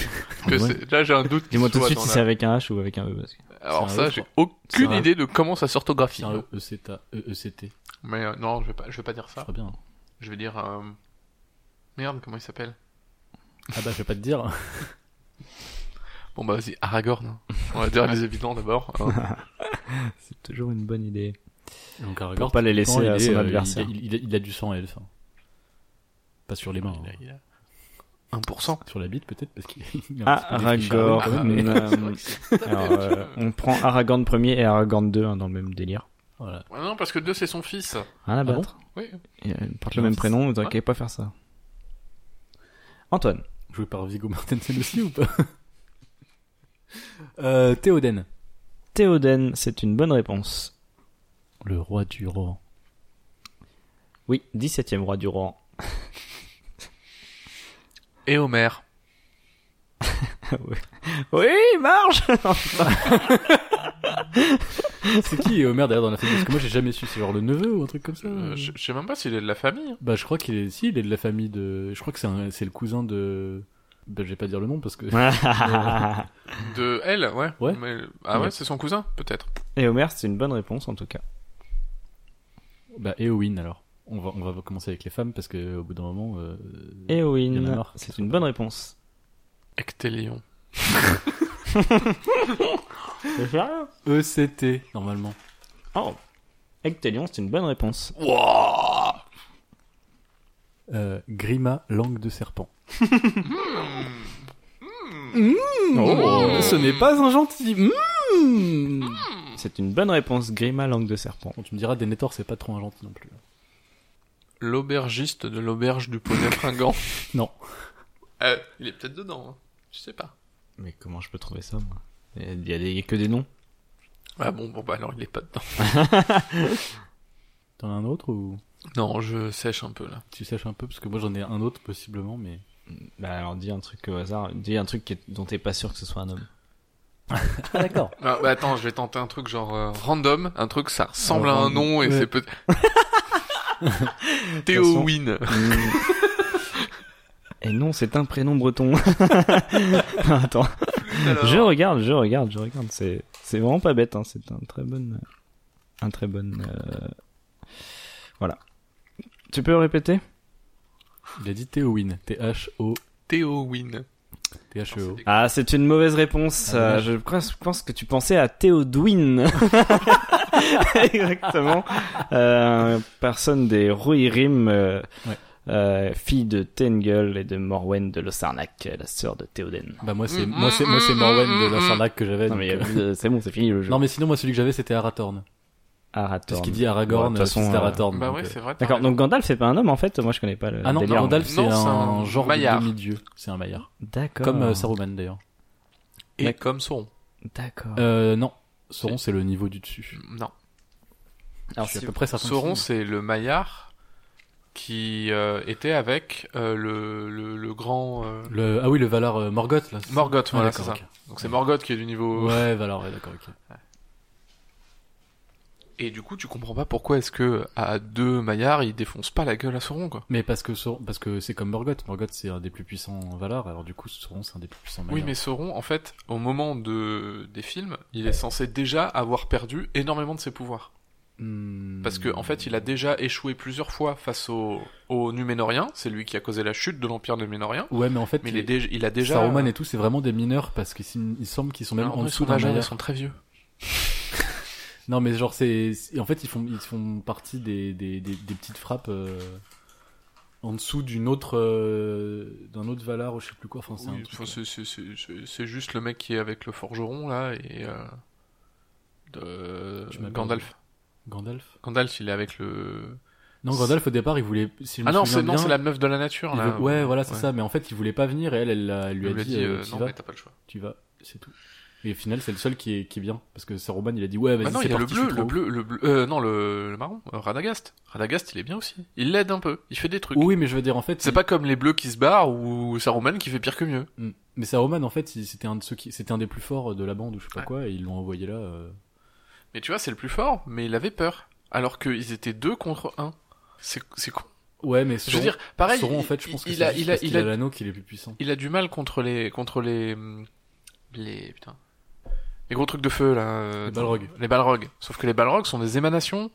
S2: que
S1: Ouais.
S2: c'est- Là, j'ai un doute.
S3: Dis-moi
S2: qu'il
S3: tout de
S2: soit
S3: suite
S2: dans
S3: si
S2: la-
S3: c'est avec un H ou avec un E. parce que-
S2: Alors,
S1: C'est un
S2: ça,
S1: E,
S2: j'ai
S1: je
S2: aucune
S1: C'est un-
S2: idée de comment ça s'orthographie.
S1: C'est un
S3: hein.
S1: E-E-C-T. E-E-C-T.
S2: Mais euh, non, je vais, pas, je vais pas dire ça.
S1: Très bien. hein.
S2: Je vais dire. euh, Merde, comment il s'appelle
S1: Ah bah, je vais pas te dire.
S2: Bon, bah vas-y, Aragorn. On va dire les évidents d'abord. hein.
S3: C'est toujours une bonne idée.
S1: Donc, Aragorn,
S3: pas les laisser
S1: typiquement,
S3: à
S1: il
S3: son
S1: est, euh,
S3: adversaire.
S1: Il, il- il a- il a du sang elfe. hein. Pas sur les mains.
S2: Il a-
S1: hein.
S2: il a 1%.
S1: Sur la bite, peut-être, parce qu'il. il a un petit défrichage,
S3: Ah, Aragorn.
S1: quand même, Ah, mais-
S3: euh, Alors, euh, on prend Aragorn 1er et Aragorn 2 dans le même délire.
S1: Voilà.
S2: Ouais, non, parce que 2 c'est son fils.
S3: Rien à
S1: bon
S3: battre.
S2: Oui.
S3: Ils euh, portent le même prénom, vous inquiétez pas à faire ça. Antoine.
S1: Joué par Viggo Mortensen aussi ou pas euh, Théoden.
S3: Théoden, c'est une bonne réponse.
S1: Le roi du Rohan.
S3: Oui, 17e roi du Rohan.
S2: Et Homer.
S3: Oui, marche
S1: C'est qui Homer d'ailleurs dans la famille Parce que moi j'ai jamais su, c'est genre le neveu ou un truc comme ça
S2: Euh, je, je sais même pas s'il est de la famille. hein.
S1: Bah je crois qu'il est, si il est de la famille de, je crois que c'est un- c'est le cousin de, bah je vais pas dire le nom parce que. Euh,
S2: De elle, ouais.
S1: Ouais.
S2: Mais- ah ouais,
S1: Ouais.
S2: c'est son cousin, peut-être.
S3: Et Homer, c'est une bonne réponse en tout cas.
S1: Bah Eowyn alors. On va on va commencer avec les femmes parce que au bout d'un moment. euh, Il y en a
S3: Eowyn,
S1: marre.
S3: c'est une bonne réponse.
S2: Ectélion.
S1: ECT E, normalement.
S3: Oh, Ectelion, c'est une bonne réponse.
S2: Wouah
S1: Euh, Grima langue de serpent.
S3: Oh.
S1: ce n'est pas un gentil. Hmm.
S3: C'est une bonne réponse, Grima, langue de serpent.
S1: Bon, tu me diras Denethor c'est pas trop un gentil non plus.
S2: L'aubergiste de l'auberge du poney fringant.
S1: Non.
S2: Euh, il est peut-être dedans, hein. je sais pas.
S3: Mais comment je peux trouver ça, moi Il y a, des- il y a que des noms.
S2: Ah bon, bon bah alors il est pas dedans.
S1: T'en as un autre ou
S2: Non, je sèche un peu là.
S1: tu sèches un peu parce que moi j'en ai un autre possiblement mais.
S3: Bah alors, dis un truc au hasard. Dis un truc qui est- dont t'es pas sûr que ce soit un homme.
S1: d'accord.
S2: Ah, bah attends, je vais tenter un truc genre euh, random, un truc ça ressemble à un
S1: random.
S2: nom et
S1: Ouais.
S2: c'est peut Théo Win.
S3: Et non, c'est un prénom breton. Attends,
S2: Alors,
S3: je regarde, je regarde, je regarde. C'est, c'est vraiment pas bête, hein. C'est un très bon, un très bon. euh, Voilà. Tu peux répéter
S1: Il a dit Théowin. T-H-O.
S2: Théo Win.
S1: T-H-E-O.
S3: Ah, c'est une mauvaise réponse.
S1: Ah,
S3: Euh,
S1: dommage.
S3: je pense, pense que tu pensais à Théodwin. Exactement. Euh, personne des Rohirrim, euh,
S1: Ouais.
S3: euh, fille de Tengel et de Morwen de Losarnac, euh, la sœur de Théoden.
S1: Bah moi c'est
S2: Mm,
S1: moi c'est moi c'est
S2: mm,
S1: Morwen
S2: mm,
S1: de
S2: mm,
S1: la Sarlac que j'avais.
S3: Non
S1: donc,
S3: mais
S1: euh,
S3: euh, c'est bon, c'est fini le jeu.
S1: Non mais sinon moi celui que j'avais c'était Arathorn.
S3: Arathorn.
S1: Parce qu'il dit
S3: Ouais,
S1: Aragorn,
S3: de toute façon,
S1: c'est
S3: euh,
S1: Arathorn.
S2: Bah
S1: donc,
S2: ouais,
S1: euh,
S2: c'est vrai. t'as
S3: D'accord,
S2: raison.
S3: donc Gandalf c'est pas un homme en fait, moi je connais pas le
S1: Ah non,
S3: délire.
S1: Gandalf c'est
S2: Non,
S1: un
S2: c'est un
S1: genre
S2: maillard.
S1: de demi-dieu, c'est un maillard.
S3: D'accord.
S1: Comme euh, Saruman d'ailleurs.
S2: et
S3: D'accord.
S2: comme son.
S3: D'accord.
S1: Euh non, Sauron c'est le niveau du dessus.
S2: Non.
S3: Alors,
S1: Je suis à
S3: si-
S1: peu près certain. que
S2: Sauron,
S1: c'est-
S2: c'est le maillard qui euh, était avec euh, le, le, le grand euh,
S1: le ah oui, le Valar euh, Morgoth là. c'est-
S2: Morgoth.
S1: Ah,
S2: voilà, c'est
S1: d'accord,
S2: ça.
S1: ok.
S2: Donc c'est Morgoth qui est du niveau.
S1: Ouais, Valar, ouais, d'accord, OK.
S2: Et du coup, tu comprends pas pourquoi est-ce que à deux maillards, ils défoncent pas la gueule à Sauron quoi.
S1: Mais parce que Sauron- parce que c'est comme Morgoth, Morgoth c'est un des plus puissants Valar, alors du coup Sauron c'est un des plus puissants
S2: Oui,
S1: Maillard.
S2: mais Sauron, en fait, au moment de des films, il est censé déjà avoir perdu énormément de ses pouvoirs.
S1: Hmm.
S2: Parce que en fait, il a déjà échoué plusieurs fois face aux au Numénoriens. C'est lui qui a causé la chute de l'empire Numénorien.
S1: Ouais, mais en fait
S2: Mais il, est dé- il a déjà.
S1: Saruman et tout, c'est vraiment des mineurs parce qu'il sim- il semble qu'ils sont même
S2: Alors,
S1: en
S2: ils
S1: dessous
S2: sont
S1: d'un
S2: âgés, ils
S1: Maillard.
S2: sont très vieux.
S1: Non, mais genre, c'est. c'est- En fait, ils font, ils font partie des, des, des, des petites frappes euh, en dessous d'une autre. euh, d'un autre Valar, ou je sais plus quoi. Enfin, c'est un
S2: Oui,
S1: truc,
S2: enfin,
S1: euh,
S2: c'est- c'est- c'est- c'est- c'est juste le mec qui est avec le forgeron là et euh, de-
S1: Je m'appelle-
S2: Gandalf.
S1: euh, Gandalf
S2: Gandalf, il est avec le.
S1: Non, Gandalf, au départ, il voulait. Si je me
S2: ah non,
S1: souviens
S2: c'est non,
S1: bien,
S2: c'est la meuf de la nature
S1: il
S2: là.
S1: veut- Ouais, voilà, c'est
S2: Ouais.
S1: ça. Mais en fait, il voulait pas venir et elle, elle, l'a- elle
S2: Il
S1: lui a dit, euh,
S2: euh,
S1: tu,
S2: non,
S1: vas,
S2: mais t'as pas le choix.
S1: tu vas, c'est tout. Et au final, c'est le seul qui est, qui est bien. Parce que Saruman, il a dit, ouais, vas-y,
S2: Ah non,
S1: c'est
S2: il y a le
S1: parti, je suis
S2: bleu, le
S1: trop
S2: bleu, le bleu. Euh, non, le, le marron, euh, Radagast. Radagast, il est bien aussi. Il l'aide un peu. Il fait des trucs.
S1: haut. Oui, mais je veux dire, en fait.
S2: C'est
S1: il-
S2: pas comme les bleus qui se barrent ou Saruman qui fait pire que mieux.
S1: Mm. Mais Saruman, en fait, il- c'était un de ceux qui, c'était un des plus forts de la bande ou je sais pas
S2: Ouais.
S1: quoi, et ils l'ont envoyé là. euh,
S2: Mais tu vois, c'est le plus fort, mais il avait peur. Alors qu'ils étaient deux contre un. C'est c'est con.
S1: Ouais, mais
S2: Je veux
S1: Sauron,
S2: dire, pareil.
S1: Sauron, en
S2: il-
S1: fait, je pense que
S2: il
S1: c'est
S2: a,
S1: juste
S2: il a,
S1: parce
S2: il
S1: qu'il
S2: a,
S1: a l'anneau qu'il est plus puissant.
S2: il a du mal contre les, contre les, hum, les, putain, les gros trucs de feu là. euh,
S1: Les Balrogs.
S2: Les Balrogs. Sauf que les Balrogs sont des émanations.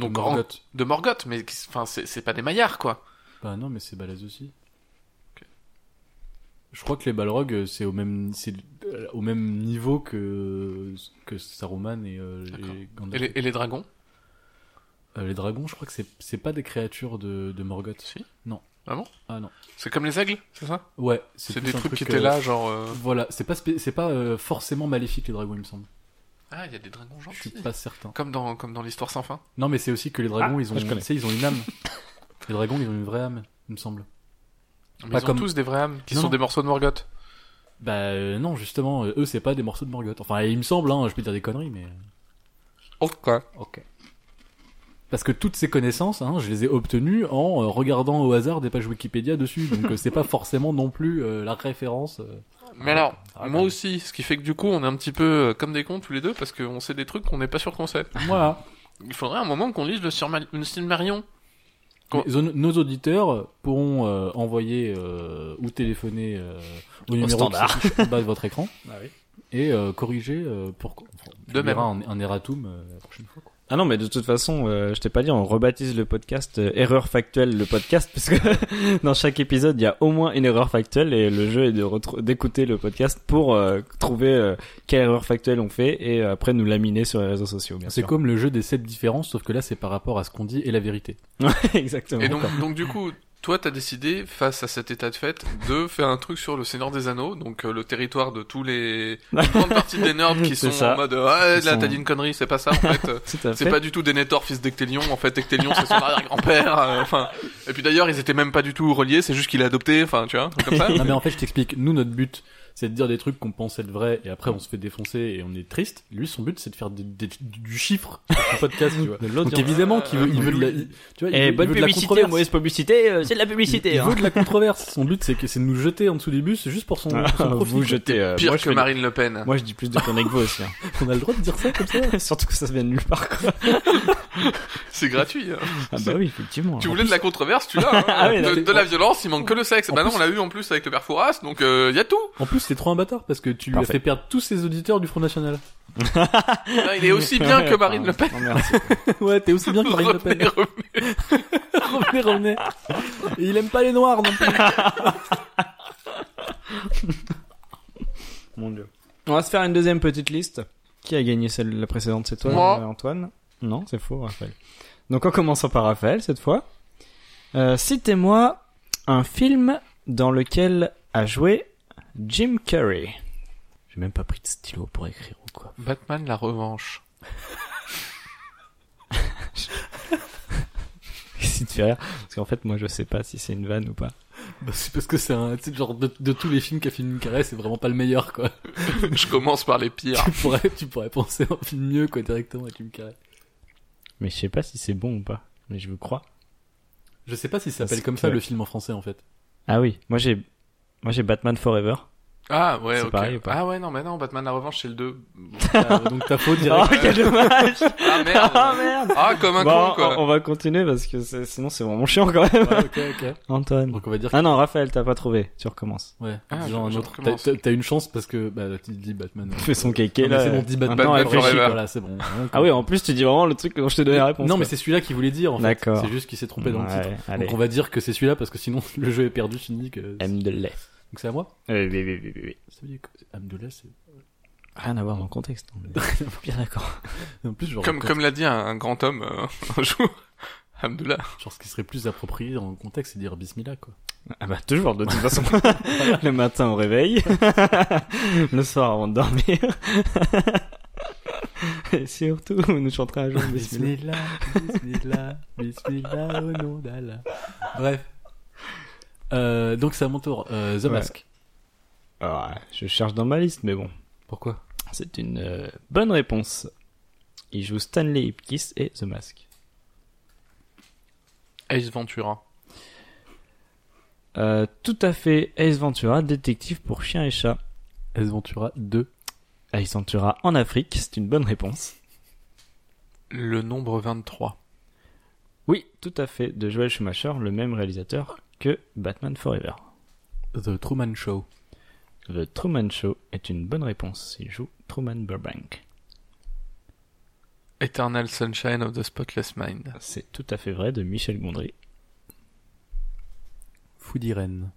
S2: Donc en-
S1: Morgoth.
S2: de Morgoth, mais qui- enfin c'est c'est pas des maillards quoi.
S1: Bah non, mais c'est balèze aussi.
S2: Ok.
S1: Je crois que les Balrogs, euh, c'est au même, c'est euh, au même niveau que que Saruman et, euh,
S2: D'accord.
S1: et Gandalf.
S2: Et les, et les dragons
S1: Euh, les dragons, je crois que c'est c'est pas des créatures de, de Morgoth.
S2: Si.
S1: Non.
S2: Ah bon
S1: Ah non.
S2: C'est comme les aigles, c'est ça
S1: Ouais,
S2: C'est
S1: plus
S2: des
S1: un
S2: trucs qui
S1: truc,
S2: étaient
S1: euh,
S2: là genre. euh,
S1: Voilà, c'est pas spé- c'est pas euh, forcément maléfique les dragons, il me semble.
S2: Ah, il y a des dragons
S1: Je suis
S2: gentils.
S1: pas certain.
S2: Comme dans comme dans l'histoire sans fin.
S1: Non, mais c'est aussi que les dragons, ils ont,
S3: Ah, je connais.
S1: tu sais, ils ont une âme. les dragons, ils ont une vraie âme, il me semble.
S2: Mais
S1: Pas
S2: ils ont
S1: comme-
S2: tous des vraies âmes qui
S1: Non,
S2: sont
S1: non.
S2: des morceaux de Morgoth.
S1: Bah euh, non, justement, euh, eux, c'est pas des morceaux de Morgoth. Enfin, il me semble, hein, je peux dire des conneries, mais...
S2: Ok.
S1: Ok. Parce que toutes ces connaissances, hein, je les ai obtenues en euh, regardant au hasard des pages Wikipédia dessus, donc euh, c'est pas forcément non plus euh, la référence. euh.
S2: Mais alors,
S1: Ah, quand
S2: moi
S1: même.
S2: aussi, ce qui fait que du coup, on est un petit peu euh, comme des cons tous les deux parce qu'on sait des trucs qu'on n'est pas sûr qu'on sait.
S1: Voilà.
S2: Il faudrait un moment qu'on lise le, Surma- le Silmarion. Quoi
S1: Mais zo- Nos auditeurs pourront euh, envoyer euh, ou téléphoner euh, au, numéro
S4: standard.
S1: qui s'affiche en bas de votre écran
S4: Ah oui.
S1: et euh, corriger euh, pour qu'on
S2: De même.
S1: un, un erratum euh, la prochaine fois. quoi.
S3: Ah non, mais de toute façon, euh, je t'ai pas dit, on rebaptise le podcast euh, Erreur factuelle le podcast, parce que dans chaque épisode, il y a au moins une erreur factuelle, et le jeu est de retrou- d'écouter le podcast pour euh, trouver euh, quelle erreur factuelle on fait, et euh, après nous laminer sur les réseaux sociaux, bien
S1: C'est
S3: sûr.
S1: comme le jeu des sept différences, sauf que là c'est par rapport à ce qu'on dit et la vérité.
S3: Exactement.
S2: Et donc, donc du coup, toi, t'as décidé, face à cet état de fait, de faire un truc sur le Seigneur des Anneaux, donc euh, le territoire de tous les... Une grande partie des nerds qui
S3: C'est
S2: sont
S3: ça.
S2: en mode « Ah, là,
S3: Qui sont-
S2: t'as dit une connerie, c'est pas ça, en fait.
S3: Tout à
S2: C'est
S3: fait.
S2: pas du tout Denethor, fils d'Ectélion. En fait, Ectélion, c'est son arrière-grand-père. euh, Enfin, Et puis d'ailleurs, ils étaient même pas du tout reliés, c'est juste qu'il a adopté, enfin, tu vois, un truc comme ça.
S1: non mais en fait je t'explique, nous notre but c'est de dire des trucs qu'on pense être vrais et après on se fait défoncer et on est triste. Lui son but c'est de faire des- des- du chiffre sur son podcast, tu vois.
S3: De Eh,
S1: Donc
S3: l'audience.
S1: évidemment qu'il veut, il veut de la, il- tu vois, il veut-
S4: Et
S1: il
S4: Eh, bonne
S1: veut de la
S4: publicité ou
S3: hein,
S1: controverse.
S4: mauvaise publicité, euh, c'est de la
S1: il,
S4: publicité.
S1: il
S4: hein.
S1: veut de la controverse. Son but, c'est que c'est de nous jeter en dessous du bus, juste pour son,
S3: Ah,
S1: pour son profit.
S3: vous
S1: quoi.
S3: jetez. euh,
S2: Pire
S3: moi, je
S2: que
S3: fais-
S2: Marine Le Pen.
S3: Moi, je dis plus de conneries que vous aussi. hein.
S1: On a le droit de dire ça comme ça.
S3: Surtout que ça vient de nulle part. quoi.
S2: C'est gratuit. hein.
S3: Ah bah oui, effectivement.
S2: Tu voulais de la controverse, tu l'as. hein.
S3: Ah oui,
S2: de,
S3: d'accord.
S2: de la violence, il manque que le sexe.
S1: En
S2: Bah non,
S1: plus-
S2: on l'a eu en plus avec le père Fouras, donc euh, il y a tout.
S1: En plus, c'est trop un bâtard parce que tu lui as
S3: Parfait.
S1: fait perdre tous ses auditeurs du Front National.
S2: Non, Il est aussi bien que Marine Le Pen.
S3: Non, merci.
S1: ouais, t'es aussi bien que Marine Le Pen.
S2: Revenez, revenez.
S1: revenez, revenez. Et il aime pas les noirs non plus.
S3: Mon dieu. On va se faire une deuxième petite liste. Qui a gagné celle, la précédente C'est toi,
S2: Moi.
S3: euh, Antoine Non, c'est faux, Raphaël. Donc en commençant par Raphaël cette fois. Euh, Citez-moi un film dans lequel a joué Jim Carrey.
S4: J'ai même pas pris de stylo pour écrire ou quoi.
S2: Batman la revanche.
S3: Si tu fais rire, parce qu'en fait moi je sais pas si c'est une vanne ou pas.
S1: Bah, c'est parce que c'est un, tu sais, genre de, de tous les films qu'a filmé Carré, c'est vraiment pas le meilleur quoi.
S2: Je commence par les pires.
S1: Tu pourrais, tu pourrais penser en film mieux quoi directement à Jim Carrey.
S3: Mais je sais pas si c'est bon ou pas. Mais je vous crois.
S1: Je sais pas si ça
S3: Parce
S1: s'appelle comme
S3: que-
S1: ça le film en français en fait.
S3: Ah oui, moi j'ai, moi j'ai Batman Forever.
S2: Ah ouais,
S3: C'est
S2: ok.
S3: pareil ou pas
S2: ah ouais, non, mais non, Batman la revanche, c'est le 2.
S1: Ah, donc ta faute
S4: Oh,
S1: direct.
S3: quel dommage
S2: Ah merde.
S3: Ah merde
S2: Ah, comme un
S3: Bon,
S2: con, quoi.
S3: on, on va continuer parce que c'est- sinon c'est vraiment chiant quand même.
S1: Ouais, ok, ok.
S3: Antoine.
S1: Donc on va dire
S3: Ah non, Raphaël, t'as pas trouvé. Tu recommences.
S1: Ouais,
S2: Ah,
S1: disons un
S2: je- je
S1: autre. T'as-
S2: recommence.
S1: T'as t'as une chance parce que bah, tu dis Batman.
S3: Fais son
S1: Non,
S3: kéké
S1: mais
S3: là.
S1: c'est bon, dis Batman.
S3: Maintenant,
S2: Batman
S3: réfléchis,
S2: Forever.
S3: quoi.
S1: Voilà, c'est bon. Hein,
S3: Ah oui, en plus tu dis vraiment le truc dont je t'ai donné la réponse.
S1: Non, mais
S3: quoi.
S1: c'est celui-là qu'il voulait dire en fait.
S3: D'accord.
S1: C'est juste qu'il s'est trompé dans le
S3: Ouais,
S1: titre.
S3: Allez.
S1: Donc on va dire que c'est celui-là parce que sinon le jeu est perdu. Tu dis que. Donc
S3: M de lait.
S1: c'est à moi
S3: Euh, oui, oui, oui, oui, oui.
S1: Ça veut dire que- Abdullah, c'est.
S3: Rien à voir dans le contexte. on est Bien d'accord.
S1: En plus, genre,
S2: Comme, comme l'a dit un, un grand homme euh, un jour. Abdullah.
S1: genre, ce qui serait plus approprié dans le contexte, c'est dire Bismillah quoi.
S3: Ah bah toujours de toute façon. le matin au réveil, le soir avant de dormir. Et surtout, vous nous chanterez un jour.
S1: Ah,
S3: Bismillah.
S1: Bismillah, Bismillah, au nom d'Allah. Bref. Euh, donc c'est à mon tour. Euh, The
S3: Ouais.
S1: Mask.
S3: Ah, je cherche dans ma liste, mais bon.
S1: Pourquoi
S3: C'est une euh, bonne réponse. Il joue Stanley Ipkiss et The Mask.
S2: Ace Ventura.
S3: Euh, tout à fait, Ace Ventura, détective pour chien et chat.
S1: Ace Ventura 2.
S3: Ace Ventura en Afrique, c'est une bonne réponse.
S2: Le nombre 23.
S3: Oui, tout à fait, de Joel Schumacher, le même réalisateur que Batman Forever.
S1: The Truman Show.
S3: The Truman Show est une bonne réponse. Il joue Truman Burbank.
S2: Eternal Sunshine of the Spotless Mind.
S3: C'est tout à fait vrai de Michel Gondry.
S1: Foodie Ren.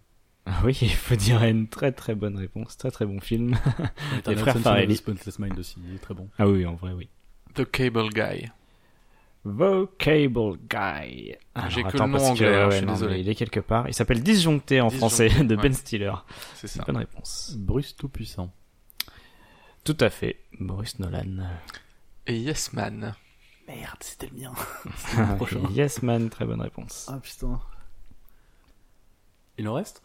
S3: Ah oui, il faut dire une très très bonne réponse, très très bon film.
S1: Eternal
S3: frères
S1: Sunshine of the
S3: Farrelly.
S1: Spotless Mind aussi, il est très bon.
S3: Ah oui, en vrai, oui.
S2: The Cable Guy.
S3: Vocable Guy. Ah, Alors,
S2: J'ai que
S3: attends,
S2: le nom
S3: parce
S2: anglais, alors je
S3: ouais,
S2: suis
S3: non,
S2: désolé.
S3: mais Il est quelque part. Il s'appelle Disjoncté en
S2: Disjoncté,
S3: français de
S2: ouais.
S3: Ben Stiller.
S2: C'est
S3: C'est
S2: ça.
S3: une bonne réponse.
S1: Bruce Tout-Puissant.
S3: Tout à fait. Boris Nolan.
S2: Et Yes Man.
S1: Merde, c'était le mien.
S3: Ah, yes Man, très bonne réponse.
S1: Ah putain. Il en reste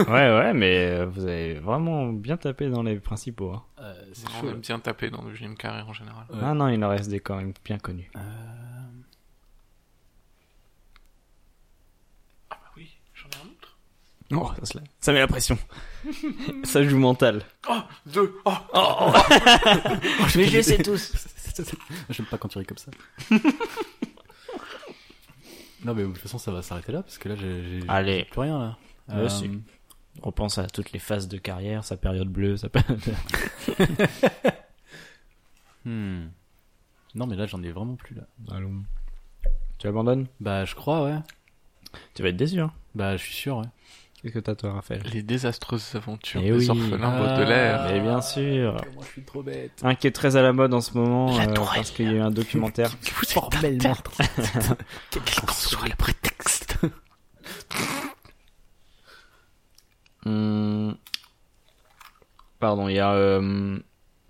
S3: ouais, ouais, mais euh, vous avez vraiment bien tapé dans les principaux. hein.
S1: Euh, C'est
S2: On
S1: chaud.
S2: aime bien taper dans le Jim Carrey en général.
S1: Ouais.
S3: Ah non, il en reste des quand même bien connus.
S2: Ah bah oui, j'en ai un autre.
S3: Oh, ça, se la- ça met la pression. ça joue mental.
S2: Oh, deux. Oh,
S4: Mais je les sais tous.
S1: J'aime pas quand tu ris comme ça. non, mais de toute façon, ça va s'arrêter là parce que là, j'ai j'ai- j'ai
S3: Allez.
S1: plus rien là. Euh,
S3: Moi aussi. On pense à toutes les phases de carrière, sa période bleue, sa période...
S1: hmm. Non, mais là, j'en ai vraiment plus là.
S3: Allons. Tu abandonnes
S1: Bah, je crois, ouais.
S3: Tu vas être déçu. Hein
S1: Bah, je suis sûr, ouais.
S3: Qu'est-ce que t'as toi, Raphaël
S2: Les désastreuses aventures
S3: Eh
S2: des
S3: oui.
S2: orphelins
S1: Ah.
S2: Baudelaire.
S3: Mais bien sûr.
S1: Moi, je suis trop bête.
S3: Un qui est très à la mode en ce moment
S4: La
S3: euh,
S4: tourelle.
S3: parce qu'il y a eu un documentaire.
S1: Formellement.
S4: Quel qu'en soit le prétexte.
S3: Hum. Pardon, il y a. euh,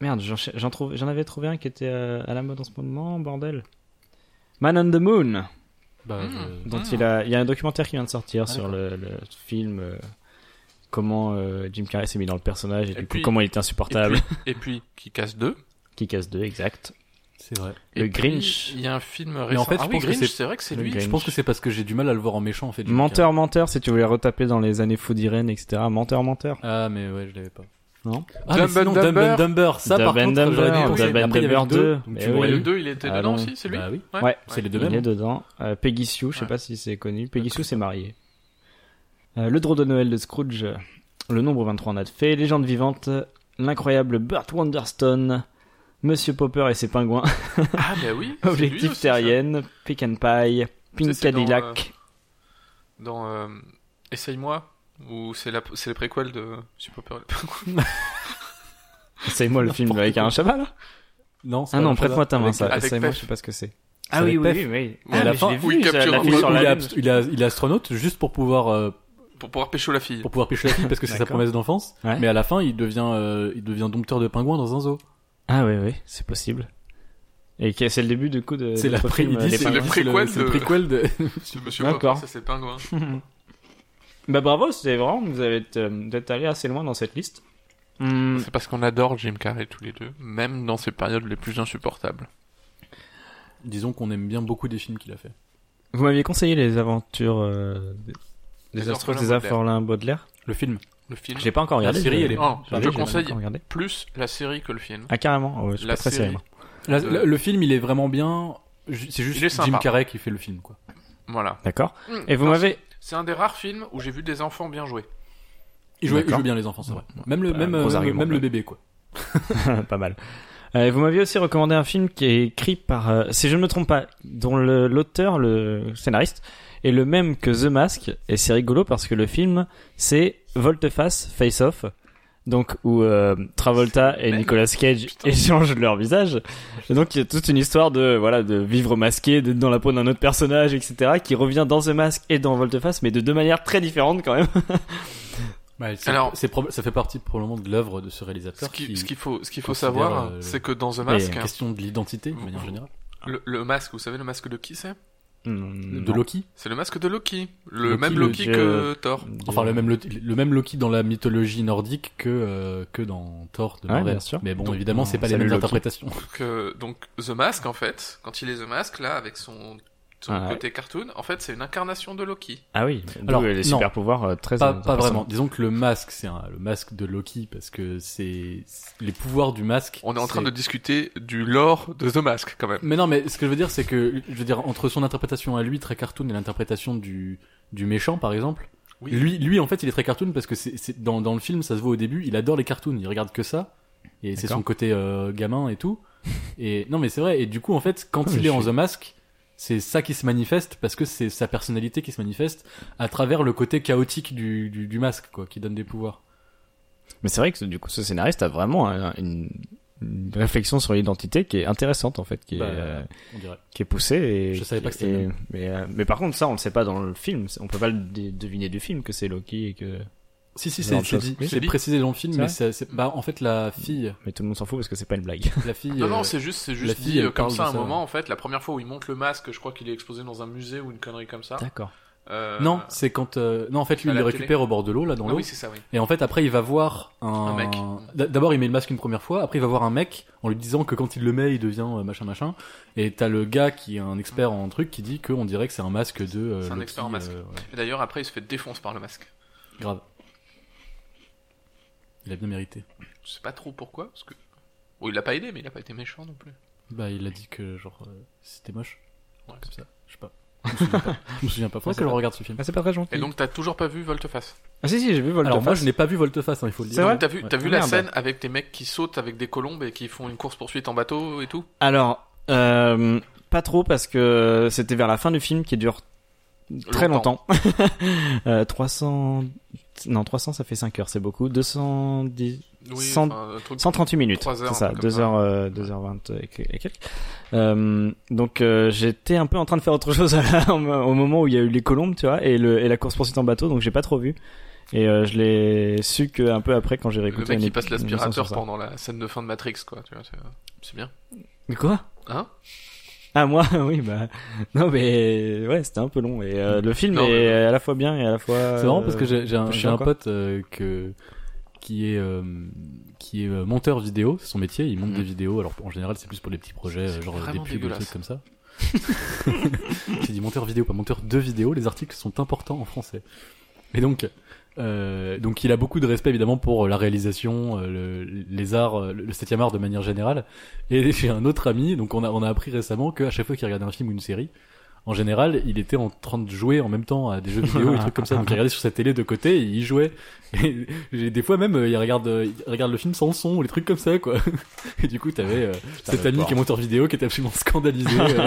S3: Merde, j'en j'en trouve- j'en avais trouvé un qui était euh, à la mode en ce moment, bordel. Man on the Moon,
S1: Bah,
S2: Hmm.
S1: je-
S3: dont
S2: Ah.
S3: il a, il y a un documentaire qui vient de sortir
S1: Ah,
S3: sur le, le film. euh, Comment euh, Jim Carrey s'est mis dans le personnage et,
S2: Et
S3: du
S2: puis-
S3: coup comment il
S2: Et
S3: était insupportable.
S2: puis, et puis, qui casse deux.
S3: Qui casse 2, exact.
S1: c'est vrai.
S2: Et
S3: Le
S2: puis,
S3: Grinch.
S2: Il y a un film
S1: Mais
S2: récent.
S1: en fait,
S2: ah
S1: je
S2: oui,
S1: pense que
S2: Grinch,
S1: c'est-
S2: c'est vrai que c'est
S3: le
S2: lui.
S3: Grinch.
S1: Je pense que c'est parce que j'ai du mal à le voir en méchant en fait. Jim
S3: Menteur, menteur, si tu voulais retaper dans les années Food Irene, etc. Menteur, menteur.
S1: Carrey. Ah, mais ouais, je l'avais pas.
S3: Non.
S1: Ah,
S2: Dumb
S1: mais sinon,
S2: and
S1: Dumb
S2: Dumber.
S1: and Dumber. Ça, par
S3: Dumb and
S1: contre, j'aurais dû
S2: Dumber,
S1: penser.
S2: Dumb
S1: Mais
S3: and
S1: après, il y avait
S3: Dumber
S1: le
S3: Eh
S1: deux,
S3: 2,
S1: donc
S3: mais
S1: tu
S3: oui.
S1: vois,
S2: Et
S1: il y a
S2: le
S1: eu-
S2: 2, il était
S3: Ah
S2: dedans
S3: non.
S2: aussi, c'est lui
S1: Bah oui.
S2: Ouais.
S3: Ouais.
S1: C'est les deux
S3: Il est
S1: mêmes.
S3: dedans. Euh, Peggy Sue, je sais
S2: Ouais.
S3: pas si c'est connu. Peggy Sue s'est mariée. Euh, le drôle de Noël de Scrooge. euh, Le nombre 23 en a de fait. Légende vivante. euh, L'incroyable Burt Wonderstone. Monsieur Popper et ses pingouins.
S2: Ah bah oui. c'est lui aussi,
S3: Objectif
S2: ça.
S3: terrienne. Pick and Pie.
S2: Ça,
S3: Pink
S2: c'est dans,
S3: Cadillac.
S2: Dans euh, Essaye-moi, ou c'est la- c'est les préquels de Super Peur.
S3: C'est moi le film
S1: N'importe
S3: avec un
S1: quoi.
S3: cheval là
S1: Non, c'est
S3: Ah
S1: pas
S3: non,
S1: le
S3: prête-moi ta main
S1: Avec-
S3: ça.
S2: avec
S3: C'est moi,
S2: Pef.
S3: je sais pas ce que c'est.
S1: Ah oui, oui,
S3: oui.
S1: à la
S3: mais je
S1: fin,
S3: l'ai
S2: oui,
S3: vu, ça,
S2: capture
S3: la
S2: un
S3: fille
S1: Ou-
S2: fou.
S3: Ah, sur
S1: ou
S3: la
S1: il, est
S3: lune.
S1: abs- il est- il est astronaute juste pour pouvoir euh,
S2: Pour pouvoir pécho la fille.
S1: pour pouvoir pêcher la fille parce que c'est sa
S3: D'accord.
S1: promesse d'enfance.
S3: Ouais.
S1: Mais à la fin, il devient euh, il devient dompteur de pingouins dans un zoo.
S3: Ah oui, oui, c'est possible. Et que- c'est le début du coup de. euh,
S1: C'est la pré-
S3: prime
S1: il dit, c'est le
S2: pingouins.
S1: préquel
S2: C'est le
S1: de. préquel de...
S2: C'est Monsieur
S3: D'accord.
S2: Popper, ça c'est pingouin.
S3: Bah bravo, c'est vraiment, vous avez euh, vous êtes allé assez loin dans cette liste. Hmm,
S2: C'est parce qu'on adore Jim Carrey tous les deux, même dans ses périodes les plus insupportables.
S1: Disons qu'on aime bien beaucoup des films qu'il a fait.
S3: Vous m'aviez conseillé les aventures euh, des- des
S2: Les
S3: astres
S2: orphelins
S3: des
S2: Baudelaire.
S3: orphelins Baudelaire. Ah,
S1: Le film.
S2: Le film.
S3: J'ai pas encore
S1: La
S3: regardé.
S1: série,
S3: je-
S1: elle est-
S2: Oh,
S3: je l'ai,
S2: je
S1: j'ai
S2: te
S3: l'ai pas
S2: conseille
S3: encore regardé.
S2: plus la série que le film.
S3: Ah carrément, ouais, je suis
S2: La
S3: pas très
S2: série.
S3: série.
S1: La-
S2: De-
S1: le, le film, il est vraiment bien. Ju- C'est
S2: Il est
S1: juste
S2: sympa.
S1: Jim Carrey qui fait le film, quoi.
S2: Voilà.
S3: D'accord. Et vous
S2: Mm. Non,
S3: m'avez.
S2: C'est un des rares films où j'ai vu des enfants bien jouer.
S1: Il joue, il
S3: D'accord.
S1: joue bien les enfants, c'est vrai. Même le
S3: Bah,
S1: même
S3: gros
S1: euh, même,
S3: argument,
S1: même
S3: là.
S1: le bébé, quoi.
S3: pas mal. Euh, et vous m'aviez aussi recommandé un film qui est écrit par, euh, si je ne me trompe pas, dont le- l'auteur, le scénariste, est le même que The Mask. Et c'est rigolo parce que le film, c'est Volteface Face Off. Donc, où euh, Travolta et
S2: Même.
S3: Nicolas Cage échangent leur visage. Et donc, il y a toute une histoire de, voilà, de vivre masqué, d'être dans la peau d'un autre personnage, etc., qui revient dans The Mask et dans Volteface, mais de deux manières très différentes quand même.
S1: Ouais, c'est-
S2: Alors-
S1: c'est prob- ça fait partie probablement de l'œuvre de ce
S2: Ce
S1: réalisateur.
S2: qui-
S1: qui-
S2: ce qu'il faut, ce qu'il faut
S1: considère,
S2: savoir,
S1: euh,
S2: c'est que dans The
S3: mais-
S2: Mask,
S1: une question de l'identité de
S2: Vous-
S1: manière
S2: vous-
S1: générale.
S2: le, le masque, vous savez le masque de qui c'est
S1: De Loki.
S2: C'est le masque de Loki, le
S3: Loki,
S2: même
S3: le
S2: Loki
S3: dieu-
S2: que Thor.
S1: Enfin le même Loki- le même Loki dans la mythologie nordique que euh, que dans Thor de
S3: Ouais,
S1: Marvel.
S3: bien sûr.
S1: Mais bon,
S3: Donc,
S1: évidemment, c'est
S3: on
S1: pas les
S3: salue
S1: mêmes
S3: Loki.
S1: interprétations.
S2: Donc, euh, donc The Mask en fait, quand il est The Mask là avec son, son
S3: Ah ouais.
S2: côté cartoon, en fait c'est une incarnation de Loki.
S3: Ah oui,
S1: Alors,
S3: alors les
S1: non.
S3: super pouvoirs euh, très
S1: Pas,
S3: intéressants.
S1: pas vraiment. Disons que le masque, c'est un- le masque de Loki parce que c'est c'est- les pouvoirs du masque.
S2: On est en train
S1: c'est-
S2: de discuter du lore de The Mask quand même.
S1: Mais non, mais ce que je veux dire, c'est que je veux dire entre son interprétation à lui très cartoon et l'interprétation du du méchant, par exemple.
S2: Oui.
S1: Lui, lui, en fait, il est très cartoon parce que c'est c'est- dans dans le film, ça se voit au début, il adore les cartoons, il regarde que ça et c'est
S3: D'accord.
S1: son côté euh, gamin et tout. Et non, mais c'est vrai. Et du coup, en fait, quand
S3: Ah,
S1: il
S3: mais
S1: est
S3: je
S1: en
S3: suis-
S1: The Mask. C'est ça qui se manifeste parce que c'est sa personnalité qui se manifeste à travers le côté chaotique du, du, du masque, quoi, qui donne des pouvoirs.
S3: Mais c'est vrai que du coup, ce scénariste a vraiment un- une, une réflexion sur l'identité qui est intéressante en fait, qui est,
S1: Bah,
S3: euh,
S1: on dirait.
S3: qui est poussée. Et,
S1: Je savais pas que c'était
S3: et-
S1: le même.
S3: mais, euh, mais par contre, ça, on le sait pas dans le film. On peut pas le dé- deviner du film que c'est Loki et que.
S1: Si, si,
S3: Ce
S1: c'est
S3: genre de
S1: c'est
S3: choses.
S1: dit.
S3: Oui.
S1: C'est précisé dans le film,
S3: C'est
S1: mais
S3: vrai
S1: c'est, c'est- bah, en fait, la fille,
S3: Mais tout le monde s'en fout parce que c'est pas une blague.
S1: la fille.
S2: Non, non,
S1: euh,
S2: c'est juste, c'est
S1: la
S2: juste
S1: fille,
S2: dit
S1: elle
S2: euh, comme
S1: parle
S2: ça
S1: de
S2: à un
S1: ça.
S2: moment en fait. La première fois où il monte le masque, je crois qu'il est exposé dans un musée ou une connerie comme ça.
S3: D'accord.
S2: Euh,
S1: Non, c'est quand. euh, Non, en fait, lui,
S2: à
S1: il
S2: la
S1: le récupère au bord de l'eau, là, dans
S2: ah
S1: l'eau.
S2: oui, c'est ça, oui.
S1: Et en fait, après, il va voir un,
S2: Un mec.
S1: D- D'abord, il met le masque une première fois. Après, il va voir un mec en lui disant que quand il le met, il devient euh, machin machin. Et t'as le gars qui est un expert en truc qui dit qu'on dirait que c'est un masque de. euh,
S2: C'est un
S1: Loki,
S2: expert en masque.
S1: euh, ouais,
S2: Et D'ailleurs, après, il se fait défoncer par le masque.
S1: grave. Il a bien mérité.
S2: Je sais pas trop pourquoi, parce que. Bon, il l'a pas aidé, mais il a pas été méchant non plus.
S1: Bah, il a dit que genre euh, c'était moche,
S2: Ouais.
S1: comme ça. Je sais pas. Je me souviens pas. Je me souviens pas. Faudrait que je regarde ce film.
S3: Ah, c'est pas très gentil.
S2: Et donc, t'as toujours pas vu Volteface
S3: Ah si si, j'ai vu Voltaire.
S1: Alors moi, je n'ai pas vu Volteface, hein, il faut le
S3: C'est
S1: dire.
S3: vrai
S2: T'as vu, t'as
S1: Ouais.
S2: vu
S3: Ah,
S2: la
S3: merde.
S2: scène avec tes mecs qui sautent avec des colombes et qui font une course poursuite en bateau et tout
S3: Alors, euh, pas trop parce que c'était vers la fin du film qui dure très longtemps. Euh, 300 non 300 ça fait 5 heures, c'est beaucoup. 210 Cent-
S2: enfin, un truc-
S3: 138 minutes,
S2: Trois heures,
S3: c'est
S2: un
S3: ça,
S2: truc
S3: 2
S2: comme
S3: heures, euh, 2h20 et que- et quelques. Euh, donc euh, j'étais un peu en train de faire autre chose au au moment où il y a eu les colombes, tu vois, et, le, et la course poursuite en bateau, donc j'ai pas trop vu. Et euh, je l'ai su que un peu après quand j'ai
S2: Le
S3: réécouté.
S2: mec
S3: un
S2: qui
S3: ép-
S2: passe
S3: une émission sur
S2: l'aspirateur
S3: ça.
S2: pendant la scène de fin de Matrix, quoi. Tu vois, c'est- c'est bien.
S3: Mais quoi
S2: Hein
S3: Ah moi oui bah non mais ouais c'était un peu long et euh, le film
S2: Non,
S3: est
S2: mais-
S3: à la fois bien et à la fois
S1: C'est marrant parce que j'ai j'ai un,
S3: peu
S1: j'ai
S3: Euh, chiant,
S1: un
S3: quoi.
S1: pote euh, que qui est euh, qui est euh, monteur vidéo, c'est son métier. Il monte
S2: Mhm.
S1: des vidéos. Alors en général, c'est plus pour les petits projets, euh, genre euh, des
S2: vraiment
S1: pubs, des trucs
S2: dégueulasse.
S1: comme ça. J'ai dit monteur vidéo, pas monteur de vidéo. Les articles sont importants en français. Et donc. euh, donc il a beaucoup de respect évidemment pour euh, la réalisation, euh, le- les arts, euh, le septième art de manière générale. Et j'ai un autre ami, donc on a, on a appris récemment qu'à chaque fois qu'il regardait un film ou une série, en général, il était en train de jouer en même temps à des jeux vidéo et des trucs comme ça. Donc il regardait sur sa télé de côté et il jouait. Et j'ai- des fois même, euh, il regarde, euh, il regarde le film sans son ou les trucs comme ça, quoi. Et du coup, t'avais euh, cet
S3: le
S1: ami
S3: porc.
S1: qui est monteur vidéo qui était absolument scandalisé. euh,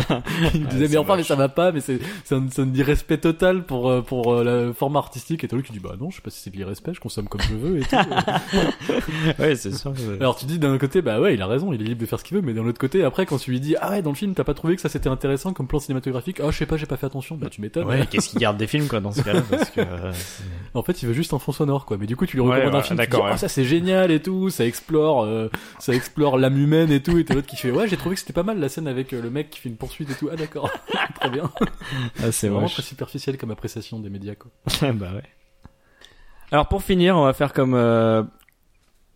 S1: il me disait, mais
S3: c'est
S1: enfin, mais ça va pas, mais c'est c'est un, c'est un irrespect total pour, euh, pour euh, le format artistique. Et toi, lui, tu dis, bah non, je sais pas si c'est de l'irrespect, je consomme comme je veux et tout.
S3: euh, ouais c'est sûr que-
S1: Alors tu dis d'un côté, bah ouais, il a raison, il est libre de faire ce qu'il veut, mais d'un autre côté, après, quand tu lui dis, ah ouais, dans le film, t'as pas trouvé que ça c'était intéressant comme plan cinématographique, ah je sais pas, j'ai pas fait attention, bah tu m'étonnes.
S3: ouais qu'est-ce qu'il garde des films quoi dans ce cas-là parce que euh, c'est-
S1: En fait, il veut juste un fond sonore, quoi. Mais du coup, tu lui
S3: Ouais,
S1: recommandes un
S3: ouais,
S1: film, tu dis,
S3: d'accord,
S1: ah
S3: ouais.
S1: ça c'est génial et tout, ça explore, euh, ça explore l'âme humaine et tout, et t'as l'autre qui fait, ouais, j'ai trouvé que c'était pas mal la scène avec euh, le mec qui fait une poursuite et tout, ah d'accord, très bien.
S3: ah, c'est
S1: C'est vraiment
S3: moche.
S1: très superficiel comme appréciation des médias, quoi.
S3: Ah bah ouais. Alors pour finir, on va faire comme euh,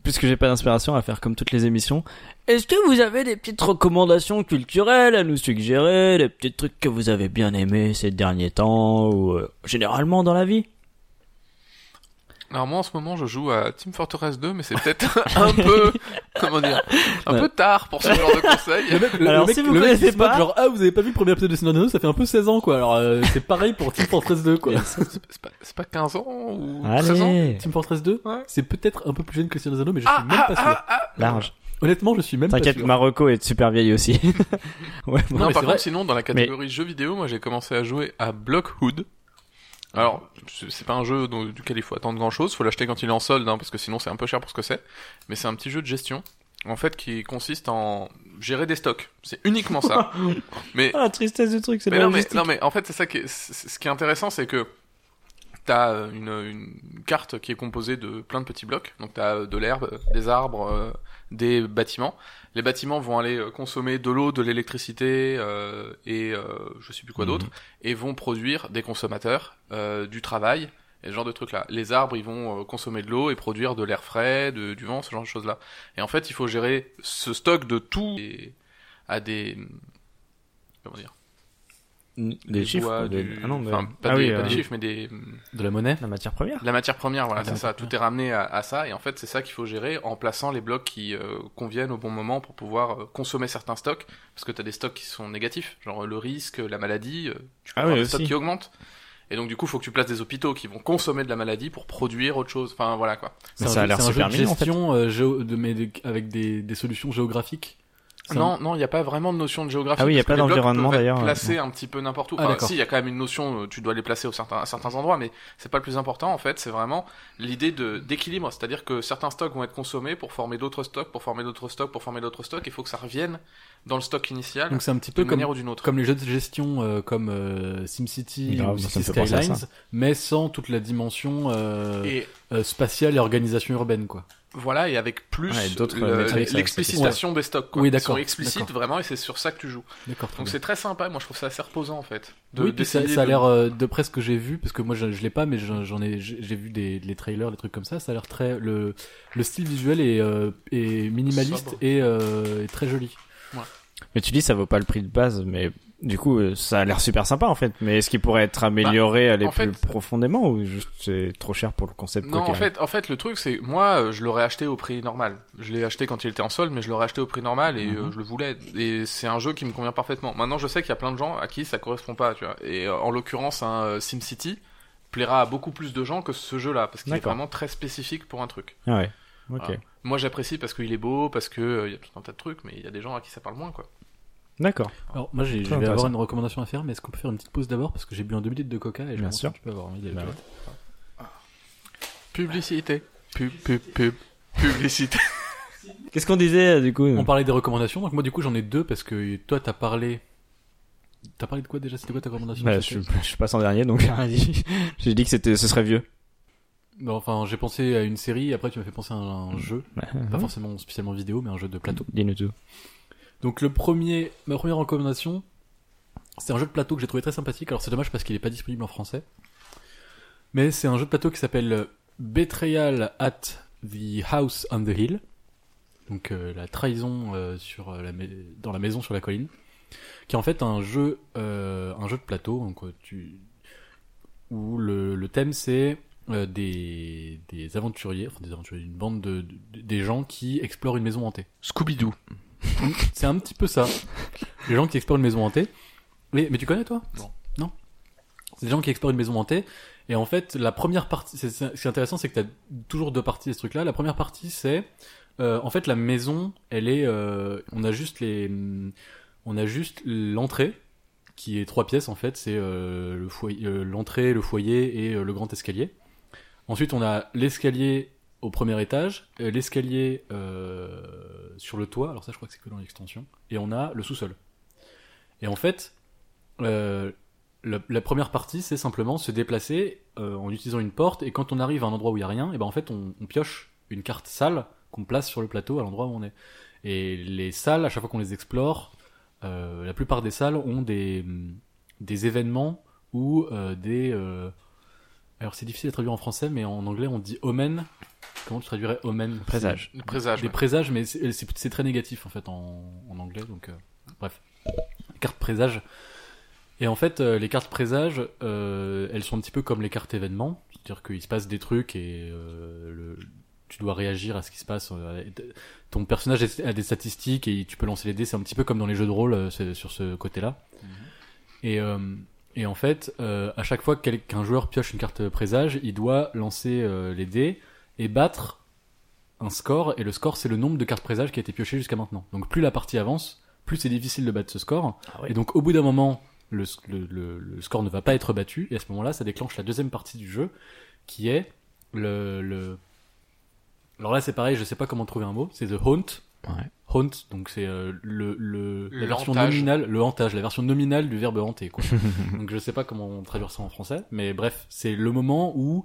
S3: puisque j'ai pas d'inspiration, on va faire comme toutes les émissions. Est-ce que vous avez des petites recommandations culturelles à nous suggérer, des petits trucs que vous avez bien aimés ces derniers temps ou euh, généralement dans la vie
S2: Alors moi en ce moment je joue à Team Fortress 2 mais c'est peut-être un peu comment dire un
S3: Ouais.
S2: peu tard pour ce genre de conseil.
S1: Le mec, le,
S3: Alors,
S1: le mec-
S3: si vous
S1: le mec qui
S3: connaissez
S1: se moque,
S3: pas-
S1: genre, ah, vous avez pas vu le premier épisode de Seigneur des Anneaux, ça fait un peu 16 ans, quoi. Alors, euh, c'est pareil pour Team Fortress 2, quoi.
S2: C'est pas, c'est pas 15 ans ou 13 ans
S3: Allez,
S1: Team Fortress 2,
S2: Ouais.
S1: c'est peut-être un peu plus jeune que Seigneur des Anneaux, mais je suis
S2: Ah
S1: même
S2: ah
S1: pas sûr.
S2: ah, ah
S3: large.
S1: Honnêtement, je suis même pas
S3: T'inquiète,
S1: sûr.
S3: Marocco est super vieille aussi. ouais,
S1: mais
S2: Non,
S3: bon.
S2: par
S1: c'est
S2: contre
S1: vrai.
S2: sinon dans la catégorie jeux vidéo moi j'ai commencé à jouer à Blockhood. Alors c'est c'est pas un jeu dont- duquel il faut attendre grand chose, faut l'acheter quand il est en solde hein, parce que sinon c'est un peu cher pour ce que c'est. Mais c'est un petit jeu de gestion en fait qui consiste en gérer des stocks. C'est uniquement ça. mais
S3: Ah, la tristesse du truc, c'est
S2: mais
S3: la
S2: non, mais,
S3: logistique.
S2: non, mais en fait, c'est ça qui est, c- c- ce qui est intéressant, c'est que t'as euh, une, une carte qui est composée de plein de petits blocs. Donc t'as euh, de l'herbe, des arbres, euh, des bâtiments. Les bâtiments vont aller euh, consommer de l'eau, de l'électricité euh, et euh, je sais plus quoi d'autre, et vont produire des consommateurs, euh, du travail et ce genre de trucs là. Les arbres, ils vont euh, consommer de l'eau et produire de l'air frais, de, du vent, ce genre de choses là. Et en fait, il faut gérer ce stock de tout et à des comment dire
S3: Des
S2: du
S3: chiffres.
S2: bois,
S3: des-
S2: du-
S3: Ah non, mais-
S2: enfin, pas,
S3: Ah
S2: des,
S3: oui,
S2: pas des
S3: euh,
S2: chiffres, mais des...
S1: De la monnaie
S3: la matière première.
S2: la matière première, voilà,
S1: Ah,
S2: c'est
S1: la
S2: ça.
S1: matière
S2: Tout est ramené à, à ça, et en fait, c'est ça qu'il faut gérer en plaçant les blocs qui euh, conviennent au bon moment pour pouvoir euh, consommer certains stocks, parce que tu as des stocks qui sont négatifs, genre euh, le risque, la maladie, euh, tu peux
S3: Ah
S2: avoir
S3: oui,
S2: des stocks
S3: aussi.
S2: qui augmentent. Et donc, du coup, faut que tu places des hôpitaux qui vont consommer de la maladie pour produire autre chose. Enfin, voilà quoi.
S1: C'est
S3: Mais
S1: un
S3: ça a
S1: jeu-
S3: l'air
S1: c'est un
S3: super
S1: jeu de
S3: mignon, en fait.
S1: gestion euh, géo- de- mais de- avec des, des solutions géographiques. C'est
S2: Non, non, il n'y a pas vraiment de notion de géographie.
S3: Ah oui, il y a
S2: parce
S3: pas
S2: que les blocs
S3: d'environnement,
S2: peuvent être
S3: d'ailleurs, euh,
S2: Placés un petit peu n'importe où.
S1: Ah,
S2: Enfin,
S1: d'accord.
S2: si, il y a quand même une notion, euh, tu dois les placer au certain, à certains endroits, mais c'est pas le plus important en fait. C'est vraiment l'idée de d'équilibre, c'est-à-dire que certains stocks vont être consommés pour former d'autres stocks, pour former d'autres stocks, pour former d'autres stocks. Il faut que ça revienne dans le stock initial,
S1: Donc c'est un petit peu
S2: d'une
S1: comme
S2: manière ou d'une autre.
S1: comme les jeux de gestion euh, comme euh, SimCity
S5: Grave,
S1: ou
S5: ça
S1: City
S5: me fait penser à
S1: Skylines,
S5: ça.
S1: mais sans toute la dimension euh,
S2: Et
S1: euh, spatiale et organisation urbaine, quoi.
S2: voilà, et avec plus
S3: Ouais, d'autres,
S2: le-
S3: euh, métriques, ça, c'est-
S2: l'explicitation des stocks. Quoi.
S1: Oui,
S2: Ils sont
S1: d'accord,
S2: explicites
S1: d'accord.
S2: vraiment, et c'est sur ça que tu joues.
S1: D'accord. très
S2: Donc
S1: bien.
S2: c'est très sympa, moi je trouve ça assez reposant en fait.
S1: oui, puis ça,
S2: d'essayer
S1: ça a
S2: de-
S1: l'air euh, de près ce que j'ai vu, parce que moi je, je l'ai pas, mais j'en j'en ai, j'ai j'ai vu des les trailers, des trucs comme ça. Ça a l'air très le le style visuel est, euh, est minimaliste
S2: Sobre.
S1: et, euh, est très joli.
S3: Mais tu dis ça vaut pas le prix de base, mais du coup euh, ça a l'air super sympa en fait. Mais est-ce qu'il pourrait être amélioré, aller
S2: Bah, en fait-
S3: plus profondément ou juste c'est trop cher pour le concept
S2: Non,
S3: quoi,
S2: en
S3: qu'il arrive
S2: fait, en fait, le truc, c'est moi, euh, je l'aurais acheté au prix normal. Je l'ai acheté quand il était en solde, mais je l'aurais acheté au prix normal et euh, je le voulais. Et c'est un jeu qui me convient parfaitement. Maintenant, je sais qu'il y a plein de gens à qui ça correspond pas, tu vois. Et euh, en l'occurrence, un euh, SimCity plaira à beaucoup plus de gens que ce jeu-là parce qu'il est
S3: D'accord.
S2: vraiment très spécifique pour un truc.
S3: Ah ouais. Ok.
S2: Voilà. Moi, j'apprécie parce qu'il est beau, parce que euh, il y a tout un tas de trucs, mais il y a des gens à qui ça parle moins, quoi.
S3: D'accord.
S1: Alors moi j'ai- je
S3: Très
S1: vais avoir
S3: intéressant.
S1: une recommandation à faire, mais est-ce qu'on peut faire une petite pause d'abord parce que j'ai bu un deux minutes de coca et je
S3: Bien
S1: pense
S3: sûr.
S1: que tu peux avoir envie d'aller
S3: Bah
S1: aux
S3: ouais.
S1: toilettes.
S2: Publicité, pub, pub, pub, publicité.
S3: Qu'est-ce qu'on disait euh, du coup
S1: On parlait des recommandations, donc moi du coup j'en ai deux parce que toi t'as parlé. T'as parlé de quoi déjà C'était quoi ta recommandation
S3: Bah, je,
S1: C'était-
S3: suis- je suis pas en dernier donc j'ai rien dit. J'ai dit que c'était ce serait vieux.
S1: Non, Enfin, j'ai pensé à une série, après tu m'as fait penser à un, un jeu,
S3: Bah,
S1: pas forcément spécialement vidéo, mais un jeu de plateau.
S3: Dis-nous tout.
S1: Donc le premier, ma première recommandation, c'est un jeu de plateau que j'ai trouvé très sympathique. Alors c'est dommage parce qu'il est pas disponible en français, mais c'est un jeu de plateau qui s'appelle Betrayal at the House on the Hill, donc euh, la trahison euh, sur euh, la mai- dans la maison sur la colline, qui est en fait un jeu, euh, un jeu de plateau, donc euh, tu où le, le thème c'est euh, des, des aventuriers, enfin des aventuriers, une bande de, de- des gens qui explorent une maison hantée.
S2: Scooby-Doo.
S1: C'est un petit peu ça. Les gens qui explorent une maison hantée. Mais, mais tu connais toi
S2: Non.
S1: Non. C'est des gens qui explorent une maison hantée. Et en fait, la première partie, c'est, c'est- ce qui est intéressant, c'est que t'as toujours deux parties de ce truc-là. La première partie, c'est, euh, en fait, la maison, elle est, euh, on a juste les, hum, on a juste l'entrée, qui est trois pièces en fait, c'est euh, le foyer, euh, l'entrée, le foyer et euh, le grand escalier. Ensuite, on a l'escalier au premier étage, euh, l'escalier euh, sur le toit, alors ça je crois que c'est que dans l'extension, et on a le sous-sol. Et en fait, euh, la, la première partie c'est simplement se déplacer euh, en utilisant une porte, et quand on arrive à un endroit où il n'y a rien, et ben en fait on, on pioche une carte salle qu'on place sur le plateau à l'endroit où on est. Et les salles, à chaque fois qu'on les explore, euh, la plupart des salles ont des, des événements ou euh, des... euh, alors c'est difficile à traduire en français, mais en anglais on dit omen. Comment tu traduirais omen
S3: Présage.
S2: Le présage.
S1: des
S2: ouais.
S1: présages, mais c'est c'est- c'est très négatif en fait en, en anglais, donc euh, bref. Carte présage. Et en fait, euh, les cartes présages, euh, elles sont un petit peu comme les cartes événements, c'est-à-dire qu'il se passe des trucs et euh, le- tu dois réagir à ce qui se passe. euh, et t- ton personnage a des statistiques et tu peux lancer les dés, c'est un petit peu comme dans les jeux de rôle euh, c'est- sur ce côté-là. Et euh, et en fait, euh, à chaque fois que quel- qu'un joueur pioche une carte présage, il doit lancer euh, les dés et battre un score. Et le score, c'est le nombre de cartes présage qui a été pioché jusqu'à maintenant. Donc plus la partie avance, plus c'est difficile de battre ce score.
S3: ouais.
S1: Et donc au bout d'un moment, le, s- le- le- le score ne va pas être battu. Et à ce moment-là, ça déclenche la deuxième partie du jeu, qui est le... le... Alors là, c'est pareil, je sais pas comment trouver un mot. C'est The Haunt.
S3: Ouais.
S1: Haunt, donc c'est euh, le, le la version
S2: L'hantage.
S1: nominale, le hantage, la version nominale du verbe hanter. Quoi. donc je sais pas comment on traduire ça en français, mais bref, c'est le moment où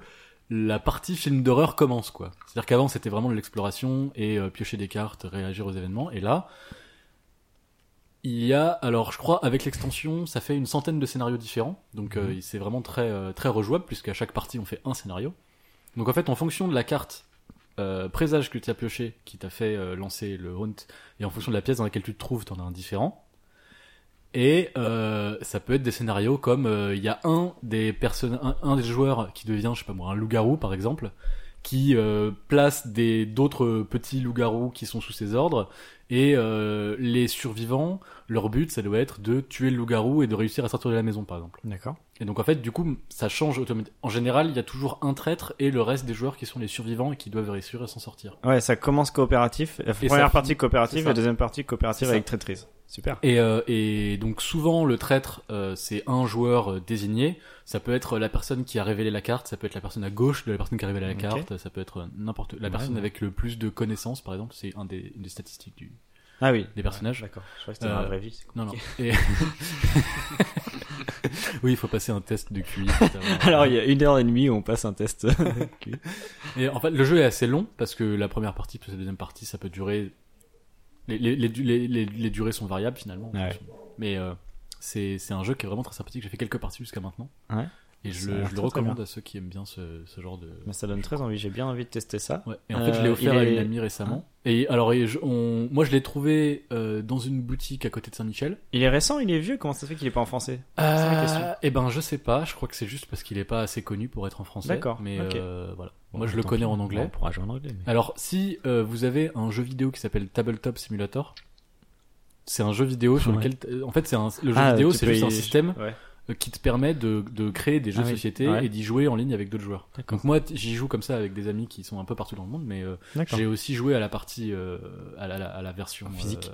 S1: la partie film d'horreur commence quoi. C'est-à-dire qu'avant c'était vraiment de l'exploration et euh, piocher des cartes, réagir aux événements, et là il y a, alors je crois avec l'extension ça fait une centaine de scénarios différents, donc euh, c'est vraiment très euh, très rejouable puisqu'à chaque partie on fait un scénario. Donc en fait en fonction de la carte euh, présage que tu as pioché qui t'a fait euh, lancer le haunt et en fonction de la pièce dans laquelle tu te trouves, t'en as un différent. Et euh, ça peut être des scénarios comme euh, il y a un des personnes, un, un des joueurs qui devient, je sais pas moi, un loup-garou par exemple, qui euh, place des d'autres petits loups-garous qui sont sous ses ordres, et euh, les survivants, leur but, ça doit être de tuer le loup-garou et de réussir à sortir de la maison par exemple.
S3: D'accord.
S1: Et donc en fait, du coup, ça change automatiquement. En général, il y a toujours un traître et le reste des joueurs qui sont les survivants et qui doivent réussir à s'en sortir.
S3: Ouais, ça commence coopératif. La
S1: Et ça
S3: première
S1: finit-
S3: partie
S1: c'est
S3: coopérative,
S1: ça.
S3: la deuxième partie coopérative
S1: C'est
S3: avec traîtrise. Super.
S1: Et, euh, et donc souvent le traître euh, c'est un joueur euh, désigné. Ça peut être la personne qui a révélé la carte, ça peut être la personne à gauche de la personne qui a révélé la
S3: Ok.
S1: carte, ça peut être euh, n'importe la
S3: Ouais,
S1: personne
S3: ouais.
S1: avec le plus de connaissances par exemple. C'est un des, une des statistiques du
S3: Ah oui.
S1: les personnages.
S3: D'accord. Je crois que c'était dans
S1: Euh,
S3: la vraie vie. c'est
S1: Non, non.
S3: compliqué.
S1: Et- oui, il faut passer un test de QI.
S3: Alors, il y a une heure et demie où on passe un test.
S1: Et en fait, le jeu est assez long parce que la première partie plus la deuxième partie, ça peut durer. Les, les, les, du- les, les- les durées sont variables finalement.
S3: Ouais.
S1: Mais euh, c'est c'est un jeu qui est vraiment très sympathique. J'ai fait quelques parties jusqu'à maintenant.
S3: Ouais.
S1: Et
S3: Ça
S1: je
S3: a
S1: le, je
S3: l'air très,
S1: le
S3: très
S1: recommande
S3: bien.
S1: à ceux qui aiment bien ce, ce genre de.
S3: Mais ça donne très envie. J'ai bien envie de tester ça.
S1: Ouais. Et en fait, je l'ai
S3: Euh,
S1: offert
S3: il
S1: à
S3: est-
S1: une amie récemment.
S3: Ah.
S1: Et alors, et je- on- moi, je l'ai trouvé euh, dans une boutique à côté de Saint-Michel.
S3: Il est récent, il est vieux. Comment ça se fait qu'il est pas en français C'est la question.
S1: Euh, eh ben, je sais pas. Je crois que c'est juste parce qu'il est pas assez connu pour être en français.
S3: D'accord,
S1: Mais
S3: ok.
S1: euh, voilà. Moi,
S3: bah,
S1: je le connais en anglais.
S4: On pourra jouer en anglais. mais-
S1: Alors, si euh, vous avez un jeu vidéo qui s'appelle Tabletop Simulator, c'est un jeu vidéo sur
S4: Ouais.
S1: lequel, t- euh, en fait, c'est un, le jeu
S3: Ah,
S1: vidéo,
S3: tu
S1: c'est
S3: peux
S1: juste
S3: y-
S1: un système
S3: Ouais.
S1: euh, qui te permet de, de créer des jeux
S3: Ah
S1: de
S3: oui.
S1: société
S3: Ouais.
S1: et d'y jouer en ligne avec d'autres joueurs.
S4: D'accord.
S1: Donc moi, t- j'y joue comme ça avec des amis qui sont un peu partout dans le monde, mais euh,
S3: D'accord.
S1: j'ai aussi joué à la partie, euh, à, la, à la- à la version
S4: Physique.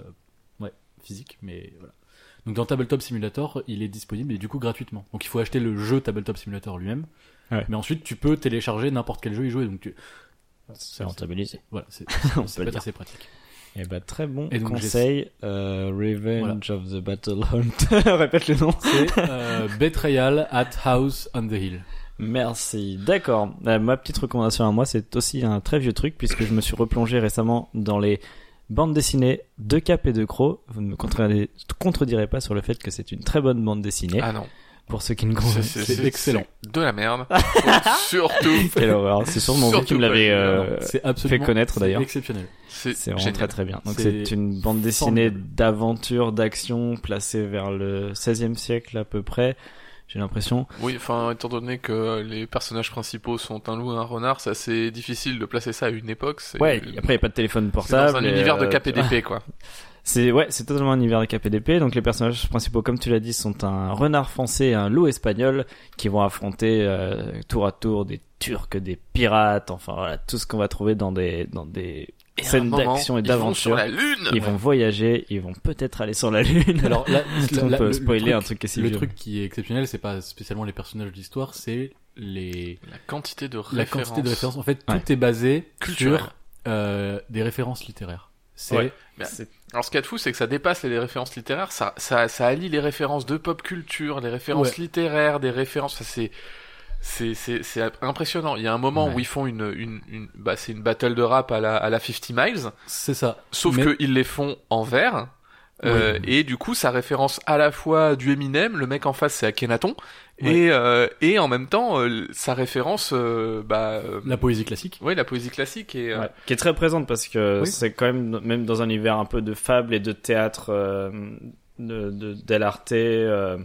S1: euh, ouais, physique, mais voilà. Donc dans Tabletop Simulator, il est disponible et du coup gratuitement. Donc il faut acheter le jeu Tabletop Simulator lui-même.
S3: Ouais.
S1: Mais ensuite, tu peux télécharger n'importe quel jeu et jouer. Donc tu...
S4: C'est rentabilisé.
S1: voilà,
S3: Ah,
S1: c'est
S4: On
S1: ça
S4: peut
S1: peut
S4: le
S1: être
S4: dire.
S1: assez pratique.
S3: Et bah, très bon
S1: Et donc,
S3: conseil. Euh, Revenge of the Battlehaunt. Répète le nom.
S1: C'est euh, Betrayal at House on the Hill.
S3: Merci. D'accord. Euh, ma petite recommandation à moi, c'est aussi un très vieux truc puisque je me suis replongé récemment dans les bandes dessinées de Cap et de Croc. Vous ne me contredirez, contredirez pas sur le fait que c'est une très bonne bande dessinée.
S2: Ah non.
S3: Pour ceux qui ne
S2: C'est-
S3: connaissent
S2: c'est-
S1: c'est
S2: c'est-
S1: excellent.
S2: c'est De la merde. Surtout.
S3: Quelle horreur. C'est sûrement vous
S2: Surtout
S3: qui me
S2: pas,
S3: l'avez euh,
S2: évidemment.
S1: C'est absolument
S3: fait connaître,
S1: c'est
S3: d'ailleurs.
S1: exceptionnel.
S3: C'est
S2: C'est
S3: vraiment très
S2: génial.
S3: très bien. Donc
S1: C'est
S3: c'est une bande dessinée
S1: formidable.
S3: d'aventure, d'action, placée vers le 16e siècle à peu près, j'ai l'impression.
S2: Oui, enfin, étant donné que les personnages principaux sont un loup et un renard, c'est assez difficile de placer ça à une époque. C'est-
S3: Ouais, après il n'y a pas de téléphone
S2: c'est dans
S3: portable.
S2: un
S3: et,
S2: univers de
S3: euh, ah,
S2: KPDP, quoi.
S3: C'est ouais, c'est totalement un univers de KPDP. Donc les personnages principaux, comme tu l'as dit, sont un renard français et un loup espagnol qui vont affronter euh, tour à tour des Turcs, des pirates, enfin voilà tout ce qu'on va trouver dans des dans des
S2: Et à un
S3: scènes
S2: moment,
S3: d'action et
S2: ils vont sur
S3: d'aventure.
S2: la lune.
S3: Ils vont voyager, ils vont peut-être aller sur la lune.
S1: Alors là, là-
S3: on
S1: là,
S3: peut
S1: le-
S3: spoiler
S1: le
S3: un
S1: truc,
S3: truc qui est si
S1: le
S3: vieux.
S1: truc qui est exceptionnel, c'est pas spécialement les personnages de l'histoire, c'est les
S2: La quantité de
S1: la
S2: références.
S1: quantité de références. En fait, tout
S3: Ouais.
S1: est basé
S2: Culturelles.
S1: sur euh, des références littéraires. C'est
S3: Ouais.
S2: Bah,
S3: C'est-
S2: Alors, ce qu'il y a de fou, c'est que ça dépasse les références littéraires. Ça, ça, ça allie les références de pop culture, les références
S1: Ouais.
S2: littéraires, des références. Enfin, c'est, c'est, c'est, c'est impressionnant. Il y a un moment
S1: Ouais.
S2: où ils font une, une, une, bah, c'est une battle de rap à la, à la 50 miles.
S1: c'est ça.
S2: Sauf
S1: Mais-
S2: que ils les font en vers. Euh, Et du coup, ça référence à la fois du Eminem, le mec en face c'est Akhenaton,
S1: Ouais.
S2: et euh, et en même temps, euh, ça référence euh, bah euh,
S1: La poésie classique.
S2: ouais la poésie classique et euh,
S3: Ouais, qui est très présente parce que
S1: Oui.
S3: c'est quand même même dans un univers un peu de fable et de théâtre euh, de, de Del Arte. euh,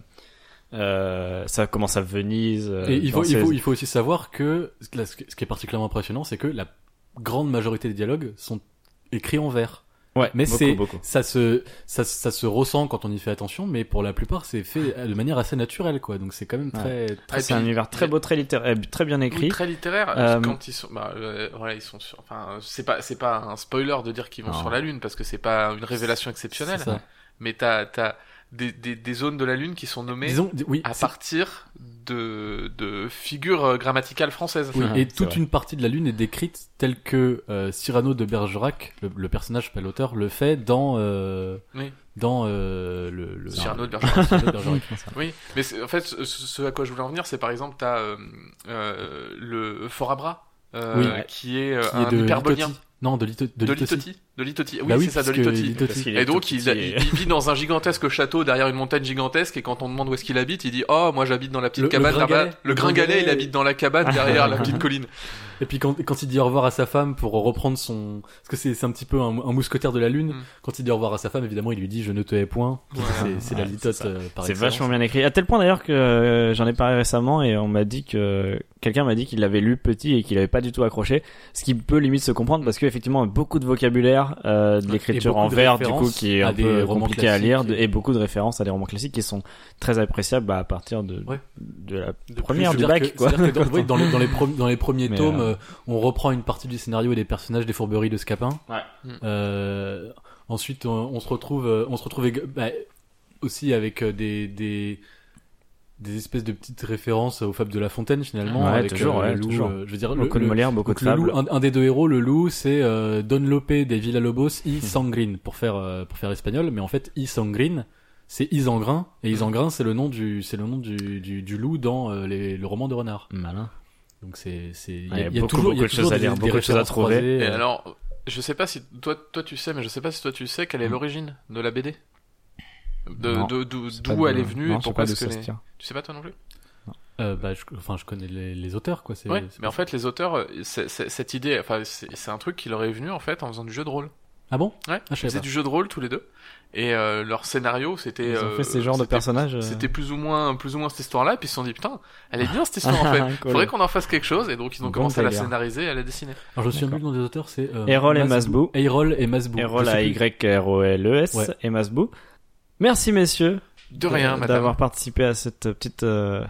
S3: euh, ça commence à Venise. euh,
S1: Et il
S3: dans
S1: faut, il,
S3: ces-
S1: faut, il faut aussi savoir que là, ce qui ce qui est particulièrement impressionnant, c'est que la grande majorité des dialogues sont écrits en vers.
S3: Ouais,
S1: mais
S3: beaucoup,
S1: c'est-
S3: beaucoup.
S1: Ça se, ça, se- ça se ressent quand on y fait attention, mais pour la plupart, c'est fait de manière assez naturelle, quoi. Donc c'est quand même très, très-
S2: et
S3: C'est un
S2: puis-
S3: univers très beau, très littéraire, très bien
S2: Oui,
S3: écrit.
S2: très littéraire.
S3: Euh,
S2: Quand ils sont, bah, euh, voilà, ils sont sur. Enfin, c'est pas, c'est pas un spoiler de dire qu'ils vont
S4: Non.
S2: sur la lune parce que c'est pas une révélation exceptionnelle.
S1: c'est ça.
S2: Mais t'as, t'as des, des, des zones de la lune qui sont nommées
S1: Disons, di- oui,
S2: à
S1: c'est-
S2: partir de, de figures euh, grammaticales françaises.
S1: oui,
S3: Ah,
S1: et
S3: c'est
S1: toute
S3: vrai.
S1: une partie de la Lune est décrite telle que euh, Cyrano de Bergerac, le, le personnage, pas l'auteur, le fait dans euh,
S2: Oui.
S1: dans euh, le, le
S2: Cyrano de Bergerac.
S1: Cyrano de Bergerac.
S2: Oui, mais c'est- en fait, ce, ce à quoi je voulais en venir, c'est par exemple t'as euh, euh, le fort à bras euh,
S1: Oui.
S2: qui est euh,
S1: qui
S2: un
S1: est de
S2: hyperbolien
S1: Litotti. Non, de Lito- de
S2: de
S1: Litotti.
S2: Litotti. De Litotti. Oui,
S1: Bah
S2: c'est ça, de
S1: puisque
S2: Litotti.
S1: Litotti.
S3: qu'il est
S2: Et donc,
S3: tout
S2: il,
S3: petit et-
S2: il- il vit dans un gigantesque château derrière une montagne gigantesque. Et quand on demande où est-ce qu'il habite, il dit Oh, moi j'habite dans la petite
S1: Le- le
S2: cabane
S1: Gringalet. Ah.
S2: là-bas. Le Gringalet, il habite dans la cabane derrière la petite colline.
S1: Et puis quand, quand il dit au revoir à sa femme pour reprendre son... Parce que c'est c'est un petit peu un, un mousquetaire de la lune.
S2: Mm.
S1: Quand il dit au revoir à sa femme, évidemment, il lui dit je ne te hais point.
S2: Voilà.
S1: C'est- C'est la
S3: Ouais,
S1: litote
S3: c'est ça.
S1: euh, par
S3: C'est
S1: excellence.
S3: vachement bien écrit. À tel point d'ailleurs que euh, j'en ai parlé récemment et on m'a dit que quelqu'un m'a dit qu'il l'avait lu petit et qu'il avait pas du tout accroché, ce qui peut limite se comprendre parce qu'effectivement beaucoup de vocabulaire, euh, de l'écriture
S1: beaucoup
S3: en
S1: de
S3: vers du coup
S1: références
S3: qui est
S1: à
S3: un
S1: des
S3: peu
S1: romans
S3: compliqué à
S1: classiques
S3: lire de-
S1: et-
S3: et beaucoup de références à des romans classiques qui sont très appréciables bah, à partir de
S1: Ouais.
S3: de la
S2: plus,
S3: première
S1: Je veux dire
S3: du bac
S1: que-
S3: quoi.
S1: c'est-à-dire que dans, oui, dans les, dans, les pro- dans les premiers
S3: Mais,
S1: tomes,
S3: euh,
S1: euh, on reprend une partie du scénario et des personnages des fourberies de Scapin.
S3: Ouais.
S2: Mm.
S1: Euh, ensuite, on, on se retrouve, euh, on se retrouve ég- bah, aussi avec euh, des, des des espèces de petites références aux fables de La Fontaine finalement.
S3: Ouais,
S1: avec,
S3: toujours,
S1: euh,
S3: ouais,
S1: le loup,
S3: toujours.
S1: euh, je veux dire, le,
S3: Beaucoup de
S1: le-
S3: Molière, beaucoup de
S1: donc le loup,
S3: fables.
S2: hein,
S1: un, un des deux héros, le loup, c'est euh, Don Lope des Villalobos
S3: Hmm.
S1: y Sangrin pour faire euh, pour faire espagnol, mais en fait y Sangrin c'est Isengrin
S3: Hmm.
S1: et Isengrin c'est le nom du c'est le nom du, du, du loup dans euh, les- le roman de Renard.
S3: Malin.
S1: Donc c'est c'est il
S3: Ouais,
S1: y a- il y a
S3: beaucoup,
S1: toujours il y a
S3: beaucoup de
S1: toujours
S3: choses à
S1: des-
S3: lire,
S1: des
S3: beaucoup de choses à
S1: références
S3: trouver.
S1: croisées,
S2: Et
S1: euh,
S2: alors, je sais pas si toi, toi tu sais, mais je sais pas si toi tu sais quelle est
S1: Hmm.
S2: l'origine de la BD. De,
S3: Non,
S2: de- d'où-
S3: C'est pas
S2: d'où
S3: de-
S2: elle est venue
S3: non,
S2: et
S3: je sais
S2: pourquoi
S3: pas d'où
S2: est-ce que
S3: ça se
S2: les-
S3: tient.
S2: Tu sais pas toi non plus
S1: euh, bah, je, enfin je connais les, les auteurs quoi. c'est-
S2: Ouais,
S1: c'est
S2: mais
S1: pas-
S2: en fait les auteurs, euh, c'est- c'est- cette idée, enfin c'est c'est un truc qui leur est venu en fait en faisant du jeu de rôle.
S1: ah bon
S2: Ouais,
S1: je savais
S2: ils faisaient
S1: pas.
S2: du jeu de rôle tous les deux. Et euh, leur scénario, c'était.
S3: Ils ont
S2: euh,
S3: fait ces genres de
S2: c'était-
S3: personnages, euh.
S2: C'était plus ou moins, plus ou moins cette histoire-là. Puis ils se sont dit putain, elle est bien
S3: euh,
S2: cette histoire en fait.
S3: Cool.
S2: Faudrait qu'on en fasse quelque chose. Et donc ils ont
S3: Bon
S2: commencé à la
S3: délire.
S2: scénariser, et à la dessiner.
S1: Alors je me souviens plus
S3: D'accord.
S1: le nom des auteurs c'est euh,
S3: Erol et
S1: Masbou.
S3: Masbou.
S1: Erol et Masbou.
S3: Erol
S1: Je sais
S3: à
S1: plus.
S3: Y-R-O-L-E-S
S1: Ouais.
S3: E et Masbou. Merci messieurs
S2: De rien,
S3: de-
S2: madame.
S3: d'avoir participé à cette petite euh,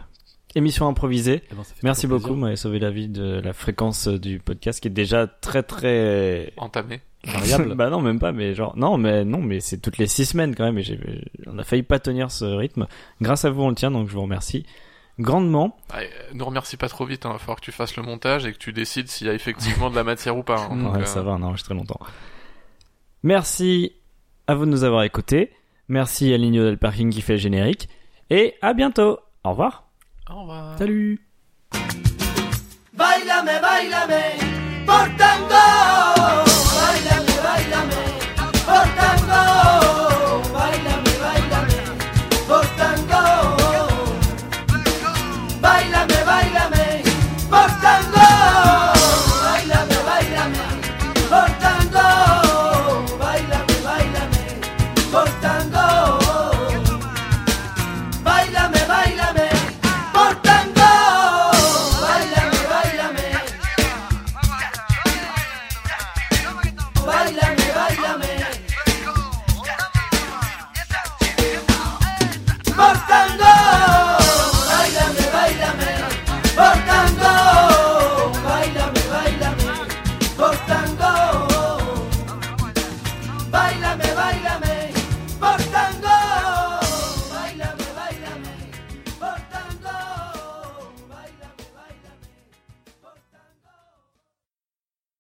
S3: émission improvisée.
S1: Eh ben, ça fait
S3: Merci
S1: toujours
S3: beaucoup, vous
S1: plaisir.
S3: m'avez sauvé la vie de la fréquence euh, du podcast qui est déjà très très
S2: Entamé.
S1: Variable.
S3: bah non, même pas, mais genre non, mais non, mais c'est toutes les six semaines quand même. Et j'ai- on a failli pas tenir ce rythme. Grâce à vous, on le tient, donc je vous remercie grandement.
S2: Ouais, euh, nous remercie pas trop vite. Hein. Il va falloir que tu fasses le montage et que tu décides s'il y a effectivement de la matière ou pas. hein. Donc,
S3: Ouais,
S2: euh,
S3: ça va, on a enregistré longtemps. Merci à vous de nous avoir écoutés. Merci à Ligno del Parking qui fait le générique. Et à bientôt. Au revoir.
S2: Au revoir.
S3: Salut.
S5: Báilame, báilame, por tango.